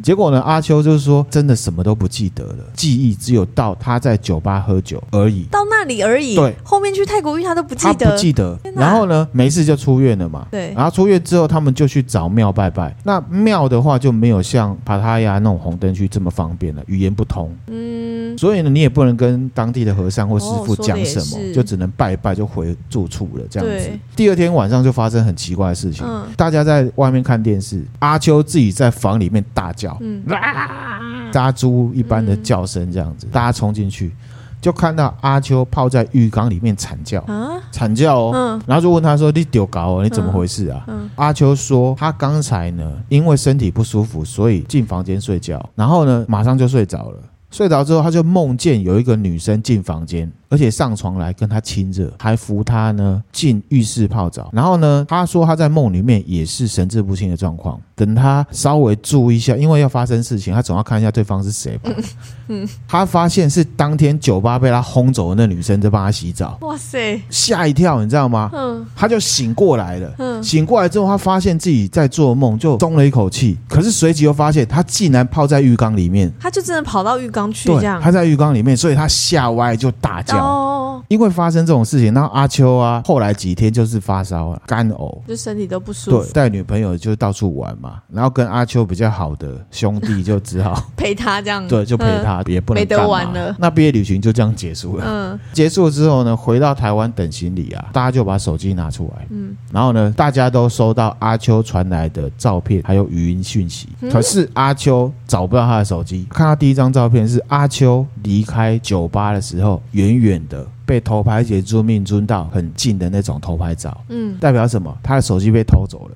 Speaker 1: 结果呢，阿秋就是说真的什么都不记得了，记忆只有到他在酒吧喝酒而已。
Speaker 2: 到那里而已，
Speaker 1: 对，
Speaker 2: 后面去泰国浴他都不
Speaker 1: 他
Speaker 2: 记
Speaker 1: 不
Speaker 2: 得，
Speaker 1: 记啊得，
Speaker 2: 天哪
Speaker 1: 然后呢，没事就出院了嘛。
Speaker 2: 对
Speaker 1: 然后出院之后，他们就去找庙拜拜。那庙的话就没有像帕塔亚那种红灯区这么方便了，语言不通，
Speaker 2: 嗯，
Speaker 1: 所以呢，你也不能跟当地的和尚或师傅
Speaker 2: 哦
Speaker 1: 讲什
Speaker 2: 说
Speaker 1: 么
Speaker 2: 得，也是
Speaker 1: 就只能拜一拜就回住处了这样子
Speaker 2: 对。
Speaker 1: 第二天晚上就发生很奇怪的事情，
Speaker 2: 嗯
Speaker 1: 大家在外面看电视，阿秋自己在房里面大叫，
Speaker 2: 嗯
Speaker 1: 杀猪一般的叫声这样
Speaker 2: 嗯
Speaker 1: 子，大家冲进去。就看到阿秋泡在浴缸里面惨叫，
Speaker 2: 啊，
Speaker 1: 惨叫哦，
Speaker 2: 嗯
Speaker 1: 然后就问他说：“你丢搞哦，你怎么回事啊？”
Speaker 2: 嗯
Speaker 1: 阿秋说：“他刚才呢，因为身体不舒服，所以进房间睡觉，然后呢，马上就睡着了。睡着之后，他就梦见有一个女生进房间，而且上床来跟他亲热，还扶他呢进浴室泡澡。然后呢，他说他在梦里面也是神志不清的状况。等他稍微注意一下，因为要发生事情，他总要看一下对方是谁吧。 他发现是当天酒吧被他轰走的那女生在帮他洗澡，
Speaker 2: 哇塞，
Speaker 1: 吓一跳，你知道吗？
Speaker 2: 嗯
Speaker 1: 他就醒过来了。
Speaker 2: 嗯
Speaker 1: 醒过来之后，他发现自己在做梦，就松了一口气。可是随即又发现，他竟然泡在浴缸里面。
Speaker 2: 他就真的跑到浴缸去
Speaker 1: 对
Speaker 2: 这，样
Speaker 1: 他。在浴缸里面，所以他吓歪就大叫。
Speaker 2: 哦，
Speaker 1: 因为发生这种事情，然后阿秋啊，后来几天就是发烧了，干呕。
Speaker 2: 就身体都不舒
Speaker 1: 对，
Speaker 2: 服，
Speaker 1: 带女朋友就到处玩嘛，然后跟阿秋比较好的兄弟就只好
Speaker 2: 陪他这样，
Speaker 1: 对，就陪他，也不能
Speaker 2: 嗯没得
Speaker 1: 干嘛
Speaker 2: 玩了
Speaker 1: 那毕业旅行就这样结束了。
Speaker 2: 嗯，
Speaker 1: 结束之后呢，回到台湾等行李啊，大家就把手机拿出来，嗯，然后呢，大家都收到阿秋传来的照片，还有语音讯息。
Speaker 2: 嗯
Speaker 1: 可是阿秋找不到他的手机，看到第一张照片是阿秋离开酒吧的时候，远远的被偷拍，而且遵命遵到很近的那种偷拍照，
Speaker 2: 嗯，
Speaker 1: 代表什么？他的手机被偷走了，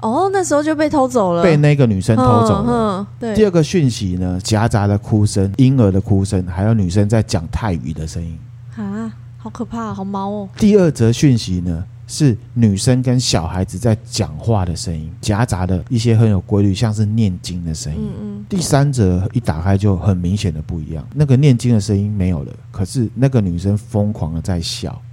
Speaker 2: 嗯，哦，那时候就被偷走了，
Speaker 1: 被那个女生偷走了。
Speaker 2: 嗯，嗯
Speaker 1: 第
Speaker 2: 对，
Speaker 1: 二个讯息呢，夹杂的哭声、婴儿的哭声，还有女生在讲泰语的声音。
Speaker 2: 啊，好可怕，好毛哦，
Speaker 1: 第二则讯息呢，是女生跟小孩子在讲话的声音，夹杂的一些很有规律，像是念经的声音。
Speaker 2: 嗯嗯，
Speaker 1: 第三则一打开就很明显的不一样，那个念经的声音没有了，可是那个女生疯狂的在笑。
Speaker 2: 嗯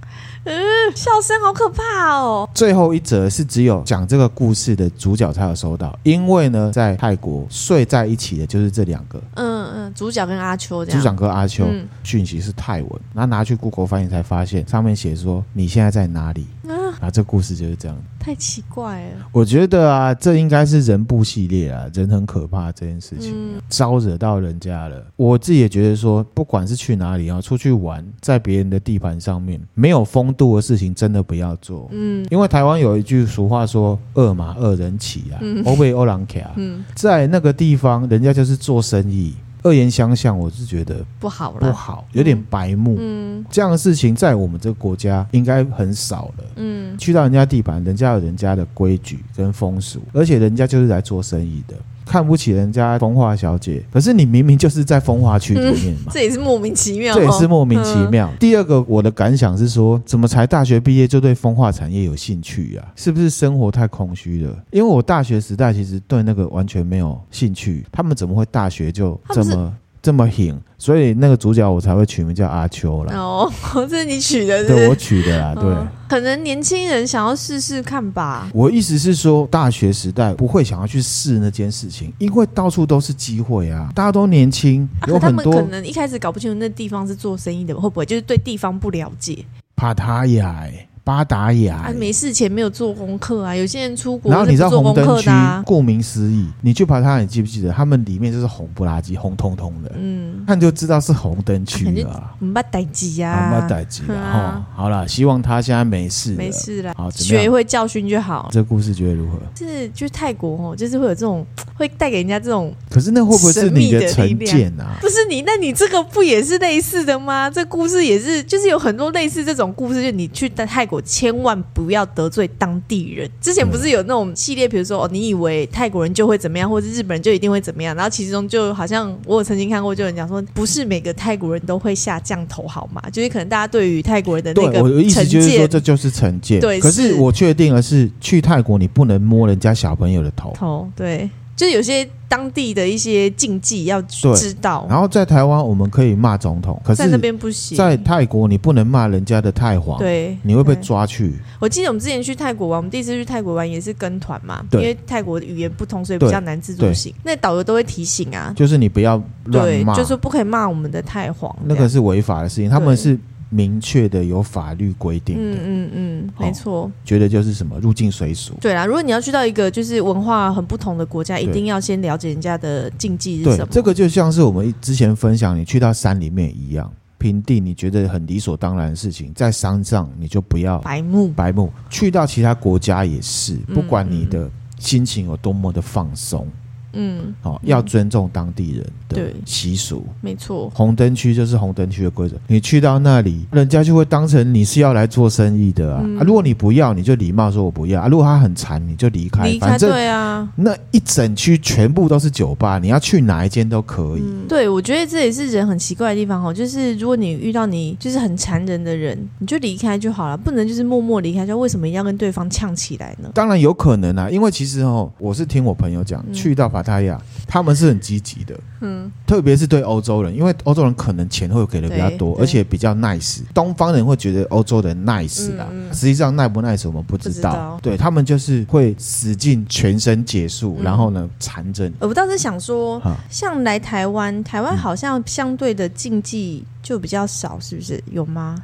Speaker 2: 呃笑声好可怕哦，
Speaker 1: 最后一则是只有讲这个故事的主角才有收到，因为呢，在泰国睡在一起的就是这两个
Speaker 2: 嗯嗯，主角跟阿秋这
Speaker 1: 组
Speaker 2: 样，
Speaker 1: 长跟阿秋，
Speaker 2: 嗯
Speaker 1: 讯息是泰文，然后拿去 Google 翻译才发现上面写说你现在在哪里，
Speaker 2: 啊，
Speaker 1: 然后这故事就是这样。
Speaker 2: 太奇怪了，
Speaker 1: 我觉得啊，这应该是人不系列啊，人很可怕这件事情、
Speaker 2: 嗯
Speaker 1: 招惹到人家了。我自己也觉得说，不管是去哪里啊，出去玩，在别人的地盘上面，没有风度的事情真的不要做。
Speaker 2: 嗯
Speaker 1: 因为台湾有一句俗话说“恶马恶人骑啊，欧贝欧狼卡”，啊
Speaker 2: 嗯，
Speaker 1: 在那个地方，人家就是做生意，恶言相向，我是觉得
Speaker 2: 不好
Speaker 1: 不
Speaker 2: 了，
Speaker 1: 好，有点白目。
Speaker 2: 嗯
Speaker 1: 这样的事情在我们这个国家应该很少了。
Speaker 2: 嗯
Speaker 1: 去到人家地盘，人家有人家的规矩跟风俗，而且人家就是来做生意的，看不起人家风华小姐，可是你明明就是在风华区里面嘛。
Speaker 2: 这 也是嗯莫名其妙哦，
Speaker 1: 这也是莫名其妙。第二个，我的感想是说，怎么才大学毕业就对风化产业有兴趣呀、是不是生活太空虚了？因为我大学时代其实对那个完全没有兴趣，他们怎么会大学就
Speaker 2: 他
Speaker 1: 这
Speaker 2: 们是
Speaker 1: 么这么狠？所以那个主角我才会取名叫阿秋啦。
Speaker 2: 哦， 这是你取的，是不
Speaker 1: 对
Speaker 2: 是
Speaker 1: 我取的啦，对。
Speaker 2: 嗯可能年轻人想要试试看吧。
Speaker 1: 我意思是说，大学时代不会想要去试那件事情，因为到处都是机会啊，大家都年轻，有
Speaker 2: 啊、他
Speaker 1: 很
Speaker 2: 们可
Speaker 1: 多
Speaker 2: 能一开始搞不清楚那地方是做生意的，会不会就是对地方不了解？
Speaker 1: 帕塔雅、欸、巴达雅、
Speaker 2: 啊，
Speaker 1: 欸
Speaker 2: 没事前没有做功课啊。有些人出国
Speaker 1: 然后你知道
Speaker 2: 是不做
Speaker 1: 红
Speaker 2: 功
Speaker 1: 灯
Speaker 2: 课
Speaker 1: 区
Speaker 2: 的、啊，，
Speaker 1: 顾名思义，你去爬它，你记不记得他们里面就是红不拉几、红彤彤的，
Speaker 2: 嗯，
Speaker 1: 看就知道是红灯区啊了。
Speaker 2: 我们把逮鸡呀，
Speaker 1: 好吧，逮急了
Speaker 2: 啊嗯啊
Speaker 1: 哈。好了，希望他现在没事了。
Speaker 2: 没。事啦，
Speaker 1: 好，怎么
Speaker 2: 学
Speaker 1: 样？
Speaker 2: 会教训就好。
Speaker 1: 这故事觉得如何？
Speaker 2: 是去泰国哦，就是会有这种，会带给人家这种，
Speaker 1: 可是那会不会是你
Speaker 2: 神秘的力
Speaker 1: 成
Speaker 2: 量
Speaker 1: 见啊？
Speaker 2: 不是你，那你这个不也是类似的吗？这故事也是，就是有很多类似这种故事，就你去泰国千万不要得罪当地人。之前不是有那种系列，比如说哦，你以为泰国人就会怎么样，或者日本人就一定会怎么样，然后其中就好像我有曾经看过，就有人讲说，不是每个泰国人都会下降头，好吗？就是可能大家对于泰国人的
Speaker 1: 对
Speaker 2: 那，个
Speaker 1: 我的意思
Speaker 2: 成
Speaker 1: 就是说，
Speaker 2: 见
Speaker 1: 这就是成见。
Speaker 2: 对
Speaker 1: 可是
Speaker 2: 是
Speaker 1: 我确定的是，去泰国你不能摸人家小朋友的头。
Speaker 2: 头，对，就是有些当地的一些禁忌要
Speaker 1: 对
Speaker 2: 知道，
Speaker 1: 然后在台湾我们可以骂总统，可
Speaker 2: 在那
Speaker 1: 是
Speaker 2: 边不行，
Speaker 1: 在泰国你不能骂人家的泰皇，
Speaker 2: 对，
Speaker 1: 你会被
Speaker 2: 对
Speaker 1: 抓去。
Speaker 2: 我记得我们之前去泰国玩，我们第一次去泰国玩也是跟团嘛，因
Speaker 1: 对
Speaker 2: 为泰国语言不通，所以比较难自助行。那导游都会提醒啊，
Speaker 1: 就是你不要乱
Speaker 2: 对，
Speaker 1: 骂，
Speaker 2: 就说不可以骂我们的太皇。
Speaker 1: 那
Speaker 2: 这
Speaker 1: 个
Speaker 2: 样，
Speaker 1: 是违法的事情，他们是明确的有法律规定
Speaker 2: 嗯
Speaker 1: 的，
Speaker 2: 嗯嗯，
Speaker 1: 好
Speaker 2: 没错。
Speaker 1: 觉得就是什么入境随俗。
Speaker 2: 对啦，如果你要去到一个就是文化很不同的国家，一
Speaker 1: 对
Speaker 2: 定要先了解人家的禁忌是
Speaker 1: 对
Speaker 2: 什么。，
Speaker 1: 这个就像是我们之前分享，你去到山里面一样，平地你觉得很理所当然的事情，在山上你就不要
Speaker 2: 白目，
Speaker 1: 白目。去到其他国家也是，
Speaker 2: 嗯
Speaker 1: 不管你的心情有多么的放松，
Speaker 2: 嗯，
Speaker 1: 哦，要尊重当地人的
Speaker 2: 对
Speaker 1: 习俗。
Speaker 2: 没错，
Speaker 1: 红灯区就是红灯区的规则，你去到那里，人家就会当成你是要来做生意的啊。
Speaker 2: 嗯
Speaker 1: 啊如果你不要，你就礼貌说我不要啊。如果他很馋，你就离开，
Speaker 2: 离开
Speaker 1: 反正
Speaker 2: 对啊。
Speaker 1: 那一整区全部都是酒吧，你要去哪一间都可以。
Speaker 2: 对，我觉得这也是人很奇怪的地方哦，就是如果你遇到你就是很残忍的人，你就离开就好了，不能就是默默离开，就为什么一定要跟对方呛起来呢？
Speaker 1: 当然有可能啊，因为其实哦，我是听我朋友讲，
Speaker 2: 嗯
Speaker 1: 去到帕塔亚，他们是很积极的，
Speaker 2: 嗯，
Speaker 1: 特别是对欧洲人，因为欧洲人可能钱会给的比较多，
Speaker 2: 对
Speaker 1: 而且比较 nice。东方人会觉得欧洲人 nice 啦，
Speaker 2: 嗯嗯
Speaker 1: 实际上 nice 不 nice 我们不知
Speaker 2: 不知
Speaker 1: 道。
Speaker 2: 道
Speaker 1: 对他们就是会使尽全身解数，
Speaker 2: 嗯
Speaker 1: 然后呢缠着你。
Speaker 2: 呃我倒是想说
Speaker 1: 啊，
Speaker 2: 像来台
Speaker 1: 嗯
Speaker 2: 湾，台湾好像相对的禁忌就比较少，是不是？有吗？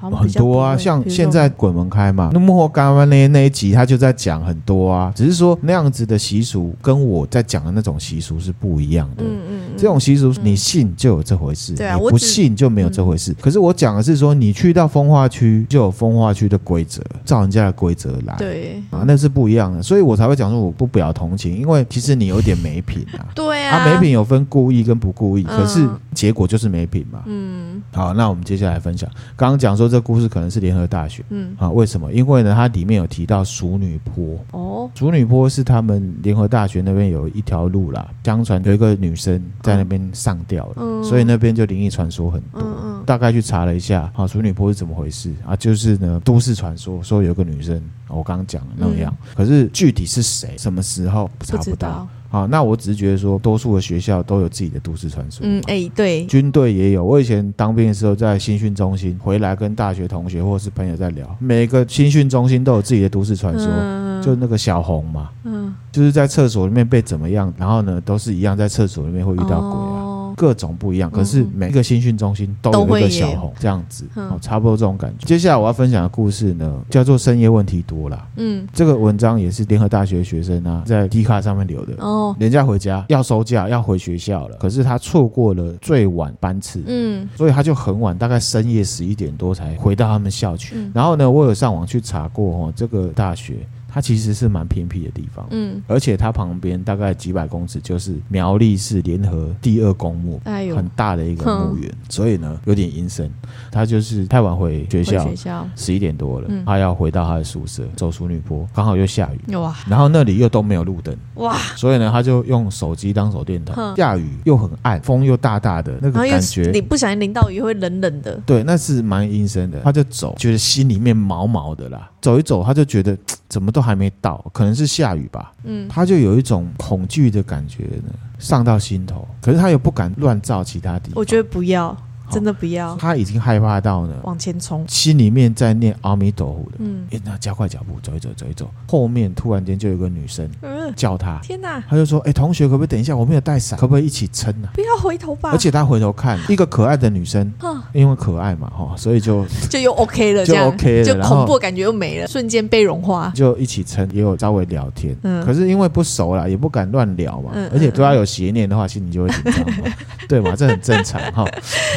Speaker 2: 好像
Speaker 1: 很
Speaker 2: 比较
Speaker 1: 多啊，
Speaker 2: 不会
Speaker 1: 像
Speaker 2: 比如
Speaker 1: 现
Speaker 2: 说
Speaker 1: 在鬼门开嘛，那幕后干妈那那一集他就在讲很多啊，只是说那样子的习俗跟我在讲的那种习俗是不一样的。
Speaker 2: 嗯嗯，嗯
Speaker 1: 这种习俗你信就有这回事，
Speaker 2: 对啊
Speaker 1: 你
Speaker 2: 我
Speaker 1: 不
Speaker 2: 只嗯
Speaker 1: 信就没有这回事。可是我讲的是说，你去到风化区就有风化区的规则，照人家的规则来。
Speaker 2: 对。
Speaker 1: 啊，那是不一样的，所以我才会讲说我不表同情，因为其实你有点没品啊
Speaker 2: 对
Speaker 1: 啊，
Speaker 2: 啊，
Speaker 1: 没品有分故意跟不故意，
Speaker 2: 嗯
Speaker 1: 可是结果就是没品嘛。
Speaker 2: 嗯
Speaker 1: 好，那我们接下来分享，刚刚讲说这故事可能是联合大学
Speaker 2: 嗯
Speaker 1: 啊，为什么？因为呢，它里面有提到熟女坡，
Speaker 2: 哦
Speaker 1: 熟女坡是他们联合大学那边有一条路啦，相传有一个女生在那边上吊了，
Speaker 2: 嗯
Speaker 1: 所以那边就灵异传说很多。
Speaker 2: 嗯嗯
Speaker 1: 大概去查了一下，啊，处女坡是怎么回事啊？就是呢，都市传说说有个女生，啊我刚刚讲的那样，可是具体是谁、什么时候查
Speaker 2: 嗯不知
Speaker 1: 不
Speaker 2: 道
Speaker 1: 到。啊，那我只是觉得说，多数的学校都有自己的都市传说。
Speaker 2: 嗯哎、对
Speaker 1: 军队也有，我以前当兵的时候在新训中心回来跟大学同学或是朋友在聊，每个新训中心都有自己的都市传说，
Speaker 2: 嗯
Speaker 1: 就那个小红嘛，
Speaker 2: 嗯
Speaker 1: 就是在厕所里面被怎么样，然后呢都是一样在厕所里面会遇到鬼啊。
Speaker 2: 哦
Speaker 1: 各种不一样，可是
Speaker 2: 嗯嗯
Speaker 1: 每一个新训中心都
Speaker 2: 都
Speaker 1: 有
Speaker 2: 会
Speaker 1: 一
Speaker 2: 有
Speaker 1: 个小红这样子，
Speaker 2: 嗯
Speaker 1: 哦，差不多这种感觉。接下来我要分享的故事呢，叫做《深夜问题多》啦。
Speaker 2: 嗯
Speaker 1: 这个文章也是联合大学学生啊在 D 卡上面留的。
Speaker 2: 哦
Speaker 1: 人家回家要收假，要回学校了，可是他错过了最晚班次，
Speaker 2: 嗯
Speaker 1: 所以他就很晚，大概深夜十一点多才回到他们校区。
Speaker 2: 嗯
Speaker 1: 然后呢，我有上网去查过哦，这个大学它其实是蛮偏僻的地方。
Speaker 2: 嗯，
Speaker 1: 而且它旁边大概几百公尺就是苗栗市联合第二公墓，
Speaker 2: 哎呦，
Speaker 1: 很大的一个墓园，所以呢有点阴森。他就是太晚回学
Speaker 2: 回
Speaker 1: 校，
Speaker 2: 学校
Speaker 1: 十一点多了，
Speaker 2: 嗯
Speaker 1: 他要回到他的宿舍，走淑女坡，刚好又下雨。
Speaker 2: 哇
Speaker 1: 然后那里又都没有路灯，
Speaker 2: 哇，
Speaker 1: 所以呢，他就用手机当手电筒。
Speaker 2: 哼
Speaker 1: 下雨又很暗，风又大大的，那
Speaker 2: 然后
Speaker 1: 个
Speaker 2: 又
Speaker 1: 感
Speaker 2: 是
Speaker 1: 觉
Speaker 2: 你，不小心淋到雨会冷冷的，
Speaker 1: 对，那是蛮阴森的。他就走，觉得心里面毛毛的啦。走一走，他就觉得嘖怎么都还没到，可能是下雨吧。
Speaker 2: 嗯
Speaker 1: 他就有一种恐惧的感觉呢，上到心头。可是他又不敢乱照其他地方，
Speaker 2: 我觉得不要，真的不要
Speaker 1: 他已经害怕到呢，
Speaker 2: 往前冲，
Speaker 1: 心里面在念阿弥陀佛的。哎
Speaker 2: 嗯
Speaker 1: 诶那加快脚步，走一走，走一走。后面突然间就有个女生
Speaker 2: 嗯，
Speaker 1: 叫他，
Speaker 2: 天哪，
Speaker 1: 他就说：“哎、同学，可不可以等一下？我没有带伞，可不可以一起撑啊
Speaker 2: 不要回头？”吧，
Speaker 1: 而且他回头看，一个可爱的女生，
Speaker 2: 啊
Speaker 1: 因为可爱嘛，哈，所以就
Speaker 2: 就又 OK 了，
Speaker 1: 就
Speaker 2: 这样
Speaker 1: OK 了
Speaker 2: 就
Speaker 1: 然后
Speaker 2: 恐怖感觉又没了，瞬间被融 化，
Speaker 1: 就一起撑，也有稍微聊天。
Speaker 2: 嗯
Speaker 1: 可是因为不熟啦，也不敢乱聊嘛，
Speaker 2: 嗯
Speaker 1: 而且对他有邪念的话，心里就会紧张 嘛，对嘛？这很正常哈。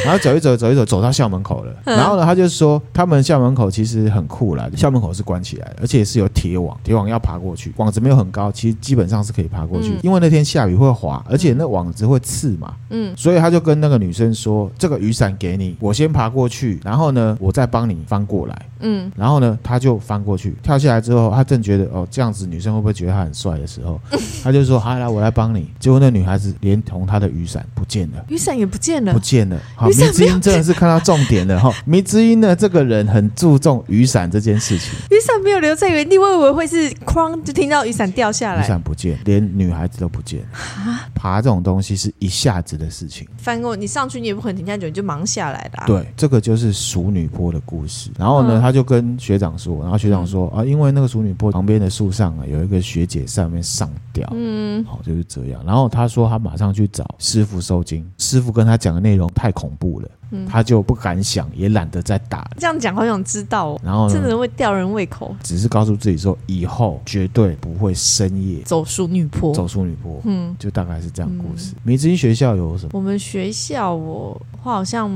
Speaker 1: 然后走一走，走一走，走到校门口了。
Speaker 2: 嗯
Speaker 1: 然后呢，他就说他们校门口其实很酷啦，校门口是关起来的，而且是有铁网，铁网要爬过去，网子没有很高，其实基本上是可以爬过去
Speaker 2: 嗯，
Speaker 1: 因为那天下雨会滑，而且那网子会刺嘛。
Speaker 2: 嗯
Speaker 1: 所以他就跟那个女生说：“这个雨伞给你，我先爬过去，然后呢，我再帮你翻过来。”
Speaker 2: 嗯
Speaker 1: 然后呢，他就翻过去，跳下来之后，他正觉得哦，这样子女生会不会觉得他很帅的时 候，他就说：“好，来，我来帮你。”结果那女孩子连同她的雨伞不见了。
Speaker 2: 雨伞也不见了
Speaker 1: 不，见了，好，
Speaker 2: 嗯
Speaker 1: 迷
Speaker 2: 雨伞
Speaker 1: 之音真的是看到重点了 哈。迷之音呢，这个人很注重雨伞这件事情，
Speaker 2: 雨伞没有留在原地，我以为会是哐就听到雨伞掉下
Speaker 1: 雨
Speaker 2: 来，
Speaker 1: 伞不见，连女孩子都不见。
Speaker 2: 啊
Speaker 1: 爬这种东西是一下子的事情。
Speaker 2: 翻过你上去你也不可能停下脚，你就忙下来啦。，
Speaker 1: 对，这个就是熟女坡的故事。然后呢，
Speaker 2: 啊嗯
Speaker 1: 他就跟学长说，然后学长说啊，因为那个熟女坡旁边的树上啊，有一个学姐上面上吊，
Speaker 2: 嗯
Speaker 1: 好、就是这样。然后他说他马上去找师傅收经，师傅跟他讲的内容太恐怖了，
Speaker 2: 嗯，
Speaker 1: 他就不敢想，也懒得再打了。
Speaker 2: 这样讲好想知道哦，
Speaker 1: 然后
Speaker 2: 真
Speaker 1: 呢，
Speaker 2: 的会吊人胃口。
Speaker 1: 只是告诉自己说，以后绝对不会深夜
Speaker 2: 走淑女坡，
Speaker 1: 走出女坡，
Speaker 2: 嗯，
Speaker 1: 就大概是这样的故事。迷之音学校有什么？
Speaker 2: 我们学校我我好像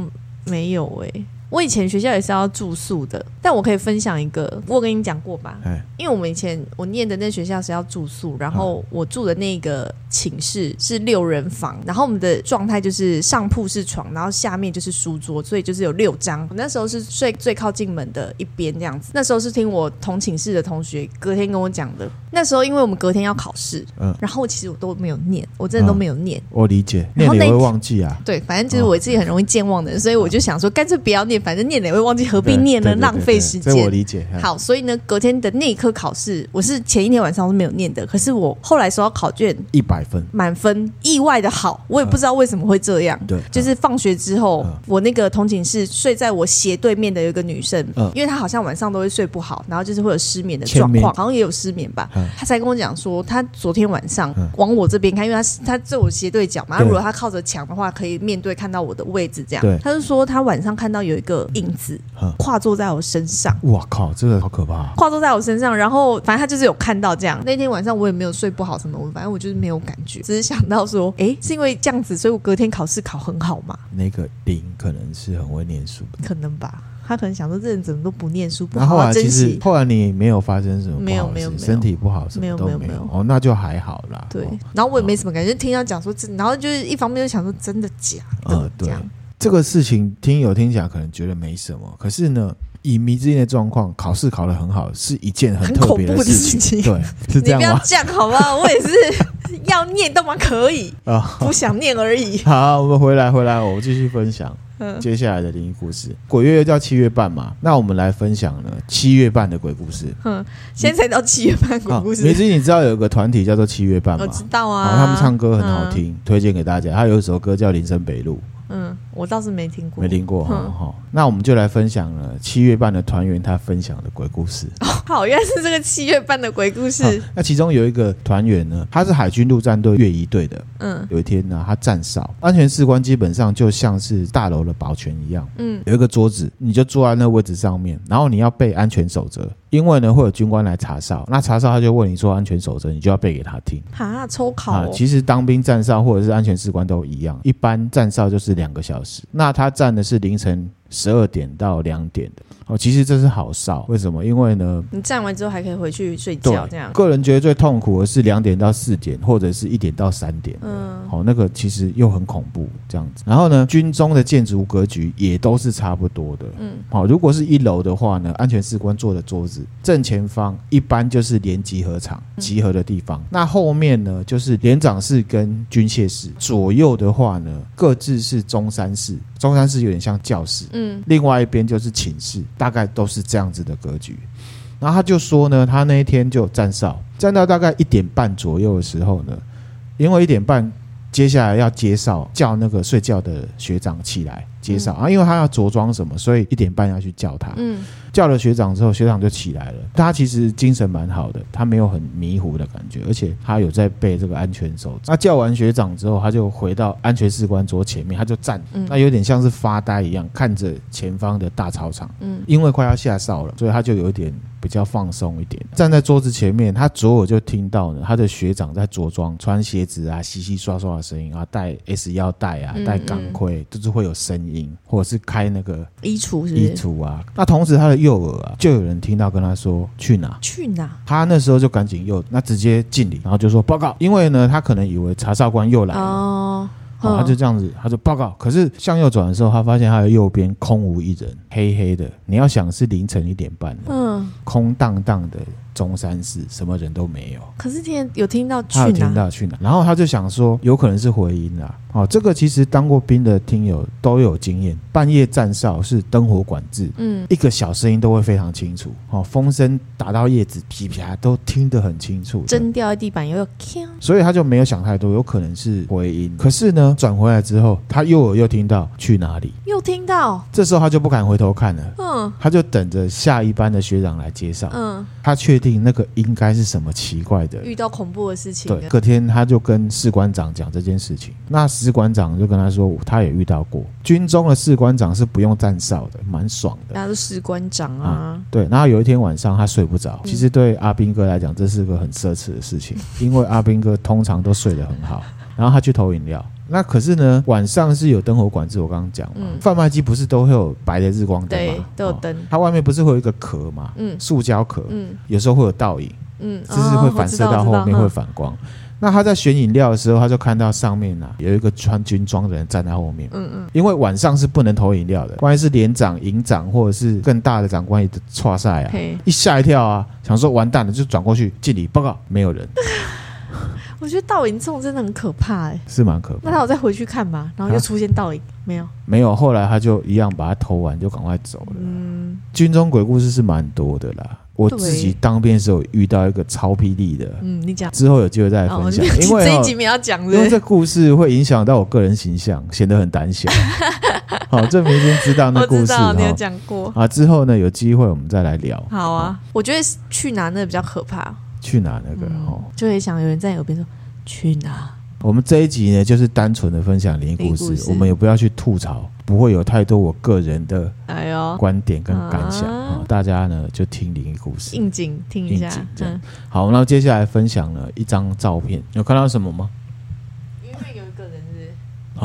Speaker 2: 没有哎、我以前学校也是要住宿的，但我可以分享一个，我跟你讲过吧？
Speaker 1: 哎，
Speaker 2: 因为我们以前我念的那学校是要住宿，然后我住的那个寝室是六人房，然后我们的状态就是上铺是床，然后下面就是书桌，所以就是有六张。我那时候是睡最靠近门的一边这样子。那时候是听我同寝室的同学隔天跟我讲的。那时候因为我们隔天要考试，
Speaker 1: 嗯
Speaker 2: 然后其实我都没有念，我真的都没有念。
Speaker 1: 我理解，念
Speaker 2: 然后
Speaker 1: 了也
Speaker 2: 那
Speaker 1: 会
Speaker 2: 一
Speaker 1: 忘记啊。
Speaker 2: 对，反正就是我自己很容易健忘的人，所以我就想说，干脆不要念，反正念了也会忘记，何必
Speaker 1: 哦对
Speaker 2: 念呢？
Speaker 1: 对对
Speaker 2: 浪
Speaker 1: 对
Speaker 2: 费
Speaker 1: 对
Speaker 2: 时
Speaker 1: 这我
Speaker 2: 间。
Speaker 1: 理解。哎
Speaker 2: 好，所以呢，隔天的那一科考试，我是前一天晚上是没有念的，可是我后来收到考卷
Speaker 1: 一百分，
Speaker 2: 满分，意外的好，我也不知道为什么会这样。
Speaker 1: 对，
Speaker 2: 就是放学之后，
Speaker 1: 嗯
Speaker 2: 我那个同寝室睡在我斜对面的有一个女生，
Speaker 1: 嗯
Speaker 2: 因为她好像晚上都会睡不好，然后就是会有失眠的
Speaker 1: 前
Speaker 2: 状
Speaker 1: 面
Speaker 2: 况，好像也有失眠吧。
Speaker 1: 嗯嗯
Speaker 2: 他才跟我讲说，他昨天晚上
Speaker 1: 嗯
Speaker 2: 往我这边看，因为他是他坐我斜对角嘛，
Speaker 1: 对
Speaker 2: 如果他靠着墙的话，可以面对看到我的位置这
Speaker 1: 对
Speaker 2: 样。他就说他晚上看到有一个影子
Speaker 1: 嗯
Speaker 2: 跨坐在我身上。
Speaker 1: 哇靠，这个好可怕啊！
Speaker 2: 跨坐在我身上，然后反正他就是有看到这样。那天晚上我也没有睡不好什么，我反正我就是没有感觉，只是想到说，诶，是因为这样子，所以我隔天考试考很好嘛，
Speaker 1: 那个林可能是很会念书的。
Speaker 2: 可能吧。他可能想说，这人怎么都不念书，不
Speaker 1: 那
Speaker 2: 好
Speaker 1: 后
Speaker 2: 好
Speaker 1: 来
Speaker 2: 哦珍
Speaker 1: 其实
Speaker 2: 惜。
Speaker 1: 后来你没有发生什么不好的事，
Speaker 2: 没有没有没有
Speaker 1: 身体不好什
Speaker 2: 没
Speaker 1: 么
Speaker 2: 有
Speaker 1: 都
Speaker 2: 没有
Speaker 1: 没
Speaker 2: 没有
Speaker 1: 哦，那就还好啦。
Speaker 2: 对
Speaker 1: 哦，
Speaker 2: 然后我也没什么感觉，就听他讲说这，然后就是一方面就想说真的假
Speaker 1: 呃
Speaker 2: 的，
Speaker 1: 对
Speaker 2: 这样
Speaker 1: 这个事情听友听起来可能觉得没什么，可是呢，以迷之音的状况，考试考得很好是一件很
Speaker 2: 很
Speaker 1: 特
Speaker 2: 恐
Speaker 1: 别
Speaker 2: 怖的
Speaker 1: 事
Speaker 2: 事情
Speaker 1: 对， 是
Speaker 2: 你
Speaker 1: 这样
Speaker 2: 不要
Speaker 1: 吗？
Speaker 2: 这样好不好？我也是 要念，干嘛可 以，
Speaker 1: 啊，
Speaker 2: 不想念而已。
Speaker 1: 好，我们回来回来，我继续分享
Speaker 2: 嗯
Speaker 1: 接下来的灵异故事。鬼月叫七月半嘛，那我们来分享呢七月半的鬼故事。哦
Speaker 2: 哼，现在才到七月半鬼故
Speaker 1: 梅
Speaker 2: 事，
Speaker 1: 子，你知道有一个团体叫做七月半吗
Speaker 2: 我？知道啊
Speaker 1: 哦，他们唱歌很好。听，推荐给大家。他有一首歌叫《林森北路
Speaker 2: 嗯，我倒是没听》，过，
Speaker 1: 没听过哈、
Speaker 2: 嗯
Speaker 1: 哦那我们就来分享了七月半的团员他分享的鬼故事。
Speaker 2: 好，原来是这个七月半的鬼故事
Speaker 1: 好。那其中有一个团员呢，他是海军陆战队越一队的。
Speaker 2: 嗯
Speaker 1: 有一天呢，他站哨，安全士官基本上就像是大楼的保全一样，
Speaker 2: 嗯，
Speaker 1: 有一个桌子，你就坐在那位置上面，然后你要背安全守则，因为呢会有军官来查哨，那查哨他就问你说安全守则，你就要背给他听。
Speaker 2: 哈，抽考哦，
Speaker 1: 啊其实当兵站哨或者是安全士官都一样，一般站哨就是两个小时，那他站的是凌晨十二点到两点的。哦，其实这是好哨，为什么？因为呢，
Speaker 2: 你站完之后还可以回去睡
Speaker 1: 对
Speaker 2: 觉，这样。
Speaker 1: 个人觉得最痛苦的是两点到四点，或者是一点到三点。
Speaker 2: 嗯，
Speaker 1: 好、那个其实又很恐怖这样子。然后呢，军中的建筑格局也都是差不多的。嗯，好、如果是一楼的话呢，安全士官坐的桌子正前方一般就是连集合场
Speaker 2: 嗯
Speaker 1: 集合的地方，那后面呢就是连长室跟军械室，左右的话呢各自是中山室，中山室有点像教室，
Speaker 2: 嗯，
Speaker 1: 另外一边就是寝室，大概都是这样子的格局。然后他就说呢，他那一天就站哨，站到大概一点半左右的时候呢，因为一点半接下来要接哨，叫那个睡觉的学长起来接哨、啊，因为他要着装什么，所以一点半要去叫他。
Speaker 2: 嗯
Speaker 1: 叫了学长之后，学长就起来了。他其实精神蛮好的，他没有很迷糊的感觉，而且他有在背这个安全守则。那叫完学长之后，他就回到安全士官桌前面，他就站，
Speaker 2: 嗯
Speaker 1: 那有点像是发呆一样，看着前方的大操场。
Speaker 2: 嗯
Speaker 1: 因为快要下哨了，所以他就有一点比较放松一点，站在桌子前面，他左耳就听到呢，他的学长在着装、穿鞋子啊、洗洗刷刷的声音啊，戴 S 腰带啊
Speaker 2: 嗯，
Speaker 1: 戴钢盔，就是会有声音，或者是开那个
Speaker 2: 衣橱是不
Speaker 1: 衣
Speaker 2: 是？
Speaker 1: 橱啊。那同时他的右耳啊，就有人听到跟他说去哪。
Speaker 2: 去哪？
Speaker 1: 他那时候就赶紧右，那直接敬礼，然后就说报告，因为呢，他可能以为查哨官又来了，
Speaker 2: 哦，
Speaker 1: 哦，
Speaker 2: 嗯
Speaker 1: 他就这样子，他就报告。可是向右转的时候，他发现他的右边空无一人，黑黑的。你要想是凌晨一点半，
Speaker 2: 嗯，
Speaker 1: 空荡荡的中山市，什么人都没有。
Speaker 2: 可是天有听到去
Speaker 1: 他有听
Speaker 2: 哪？
Speaker 1: 到去哪，然后他就想说，有可能是回音啦。哦，这个其实当过兵的听友都有经验，半夜站哨是灯火管制，
Speaker 2: 嗯，
Speaker 1: 一个小声音都会非常清楚。哦，风声打到叶子噼啪都听得很清楚的。
Speaker 2: 针掉在地板，有有锵，
Speaker 1: 所以他就没有想太多，有可能是回音。可是呢，转回来之后，他右耳又听到去哪里，
Speaker 2: 又听到，
Speaker 1: 这时候他就不敢回头看了，
Speaker 2: 嗯
Speaker 1: 他就等着下一班的学长来介绍。
Speaker 2: 嗯，
Speaker 1: 他确定那个应该是什么奇怪的。
Speaker 2: 遇到恐怖的事情
Speaker 1: 对，
Speaker 2: 了，
Speaker 1: 隔天他就跟士官长讲这件事情，那士官长就跟他说，他也遇到过，军中的士官长是不用站哨的，蛮爽的。
Speaker 2: 大家都士官长啊，
Speaker 1: 对，然后有一天晚上他睡不着，
Speaker 2: 嗯
Speaker 1: 其实对阿兵哥来讲，这是个很奢侈的事 情，因为阿兵哥通常都睡得很好。然后他去投饮料，那可是呢，晚上是有灯火管制，我刚刚讲嘛
Speaker 2: 嗯，
Speaker 1: 贩卖机不是都会有白的日光灯
Speaker 2: 对
Speaker 1: 吗？，
Speaker 2: 都有
Speaker 1: 哦
Speaker 2: 灯，
Speaker 1: 它外面不是会有一个壳嘛，
Speaker 2: 嗯
Speaker 1: 塑胶壳，
Speaker 2: 嗯
Speaker 1: 有时候会有倒影，
Speaker 2: 嗯，
Speaker 1: 就是会反射到后面会
Speaker 2: 会，
Speaker 1: 反光。那他在选饮料的时候，他就看到上面啊有一个穿军装的人站在后面，
Speaker 2: 嗯嗯
Speaker 1: 因为晚上是不能投饮料的，万一是连长、营长或者是更大的长官也错赛
Speaker 2: 嗯，
Speaker 1: 啊，
Speaker 2: 嘿，
Speaker 1: 一吓一跳啊，想说完蛋了，就转过去敬礼报告，没有 人，
Speaker 2: 我觉得倒影这种真的很可怕哎，
Speaker 1: 是蛮可
Speaker 2: 那
Speaker 1: 怕
Speaker 2: 他
Speaker 1: 的。
Speaker 2: 有再回去看吧，然后又
Speaker 1: 啊
Speaker 2: 出现倒影，没有，
Speaker 1: 没有，后来他就一样把它投完，就赶快走了。
Speaker 2: 嗯，
Speaker 1: 军中鬼故事是蛮多的啦，我
Speaker 2: 对
Speaker 1: 自己当兵的时候有遇到一个超霹雳的，
Speaker 2: 嗯，你讲，
Speaker 1: 之后有机会再来
Speaker 2: 哦，
Speaker 1: 分
Speaker 2: 你
Speaker 1: 享，因 为
Speaker 2: 这
Speaker 1: 哦
Speaker 2: 一集没有要讲
Speaker 1: 因为
Speaker 2: 的，
Speaker 1: 这故事会影响到我个人形象，显得很胆小。好，这明天知道那
Speaker 2: 我
Speaker 1: 故
Speaker 2: 知
Speaker 1: 事哦
Speaker 2: 道
Speaker 1: 哈
Speaker 2: 你有讲过。
Speaker 1: 啊，之后呢有机会我们再来聊。
Speaker 2: 好啊，我觉得去拿那个比较可怕，
Speaker 1: 去哪那个
Speaker 2: 嗯
Speaker 1: 哦。
Speaker 2: 就会想有人在你耳边说去哪？
Speaker 1: 我们这一集呢，就是单纯的分享灵异故
Speaker 2: 灵异故
Speaker 1: 事，
Speaker 2: 事
Speaker 1: 我们也不要去吐槽，不会有太多我个人的
Speaker 2: 哎呦，
Speaker 1: 观点跟感想
Speaker 2: 啊
Speaker 1: 啊、哦大家呢就听灵异故事。
Speaker 2: 应景听一下
Speaker 1: 应景，这样
Speaker 2: 嗯，
Speaker 1: 好，那接下来分享了一张照片，有看到什么吗？
Speaker 2: 因为有一个人是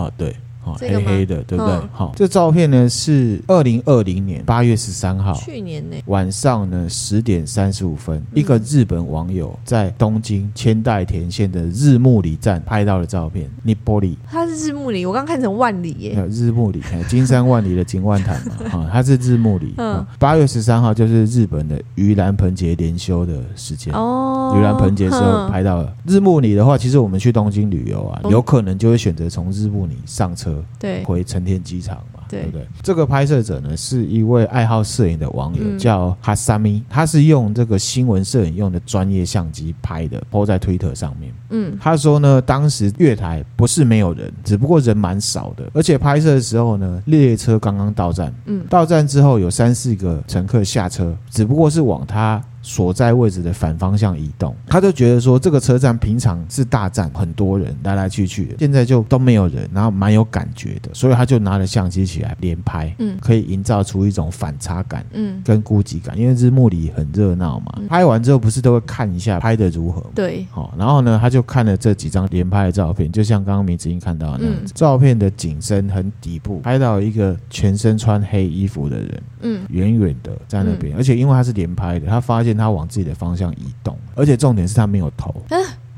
Speaker 1: 啊，对，啊，
Speaker 2: 这个
Speaker 1: 黑
Speaker 2: 吗
Speaker 1: 黑的，对不对
Speaker 2: 嗯？
Speaker 1: 好、这照片呢是二零二零年八月十三号，
Speaker 2: 去年呢，
Speaker 1: 晚上呢十点三十五分，
Speaker 2: 嗯
Speaker 1: 一个日本网友在东京千代田县的日暮里站拍到的照片。你玻璃，
Speaker 2: 他是日暮里，我刚看成万里
Speaker 1: 还
Speaker 2: 耶，
Speaker 1: 有日暮里，哎金山万里的金万 潭嘛，啊，它是日暮里。啊
Speaker 2: 嗯
Speaker 1: 八、8月十三号就是日本的盂兰盆节连休的时间。
Speaker 2: 哦，
Speaker 1: 盂兰盆节时候
Speaker 2: 哼
Speaker 1: 拍到了日暮里的话，其实我们去东京旅游啊，
Speaker 2: 嗯
Speaker 1: 有可能就会选择从日暮里上车
Speaker 2: 对，
Speaker 1: 回成田机场嘛，
Speaker 2: 对
Speaker 1: 对不对？这个拍摄者呢是一位爱好摄影的网友，
Speaker 2: 嗯
Speaker 1: 叫哈萨米，他是用这个新闻摄影用的专业相机拍的，PO 在推特上面。
Speaker 2: 嗯，
Speaker 1: 他说呢，当时月台不是没有人，只不过人蛮少的，而且拍摄的时候呢，列车刚刚到站，
Speaker 2: 嗯
Speaker 1: 到站之后有三四个乘客下车，只不过是往他。所在位置的反方向移动，他就觉得说这个车站平常是大站，很多人来来去去的，现在就都没有人，然后蛮有感觉的，所以他就拿了相机起来连拍，
Speaker 2: 嗯
Speaker 1: 可以营造出一种反差感。
Speaker 2: 嗯，
Speaker 1: 跟孤寂感，因为日暮里很热闹嘛，拍完之后不是都会看一下拍的如何吗？
Speaker 2: 对，
Speaker 1: 好、哦然后呢，他就看了这几张连拍的照片，就像刚刚明子英看到的那样子，
Speaker 2: 嗯
Speaker 1: 照片的景深很底部，拍到一个全身穿黑衣服的人，
Speaker 2: 嗯
Speaker 1: 远远的在那边，而且因为他是连拍的，他发现他往自己的方向移动，而且重点是他没有头，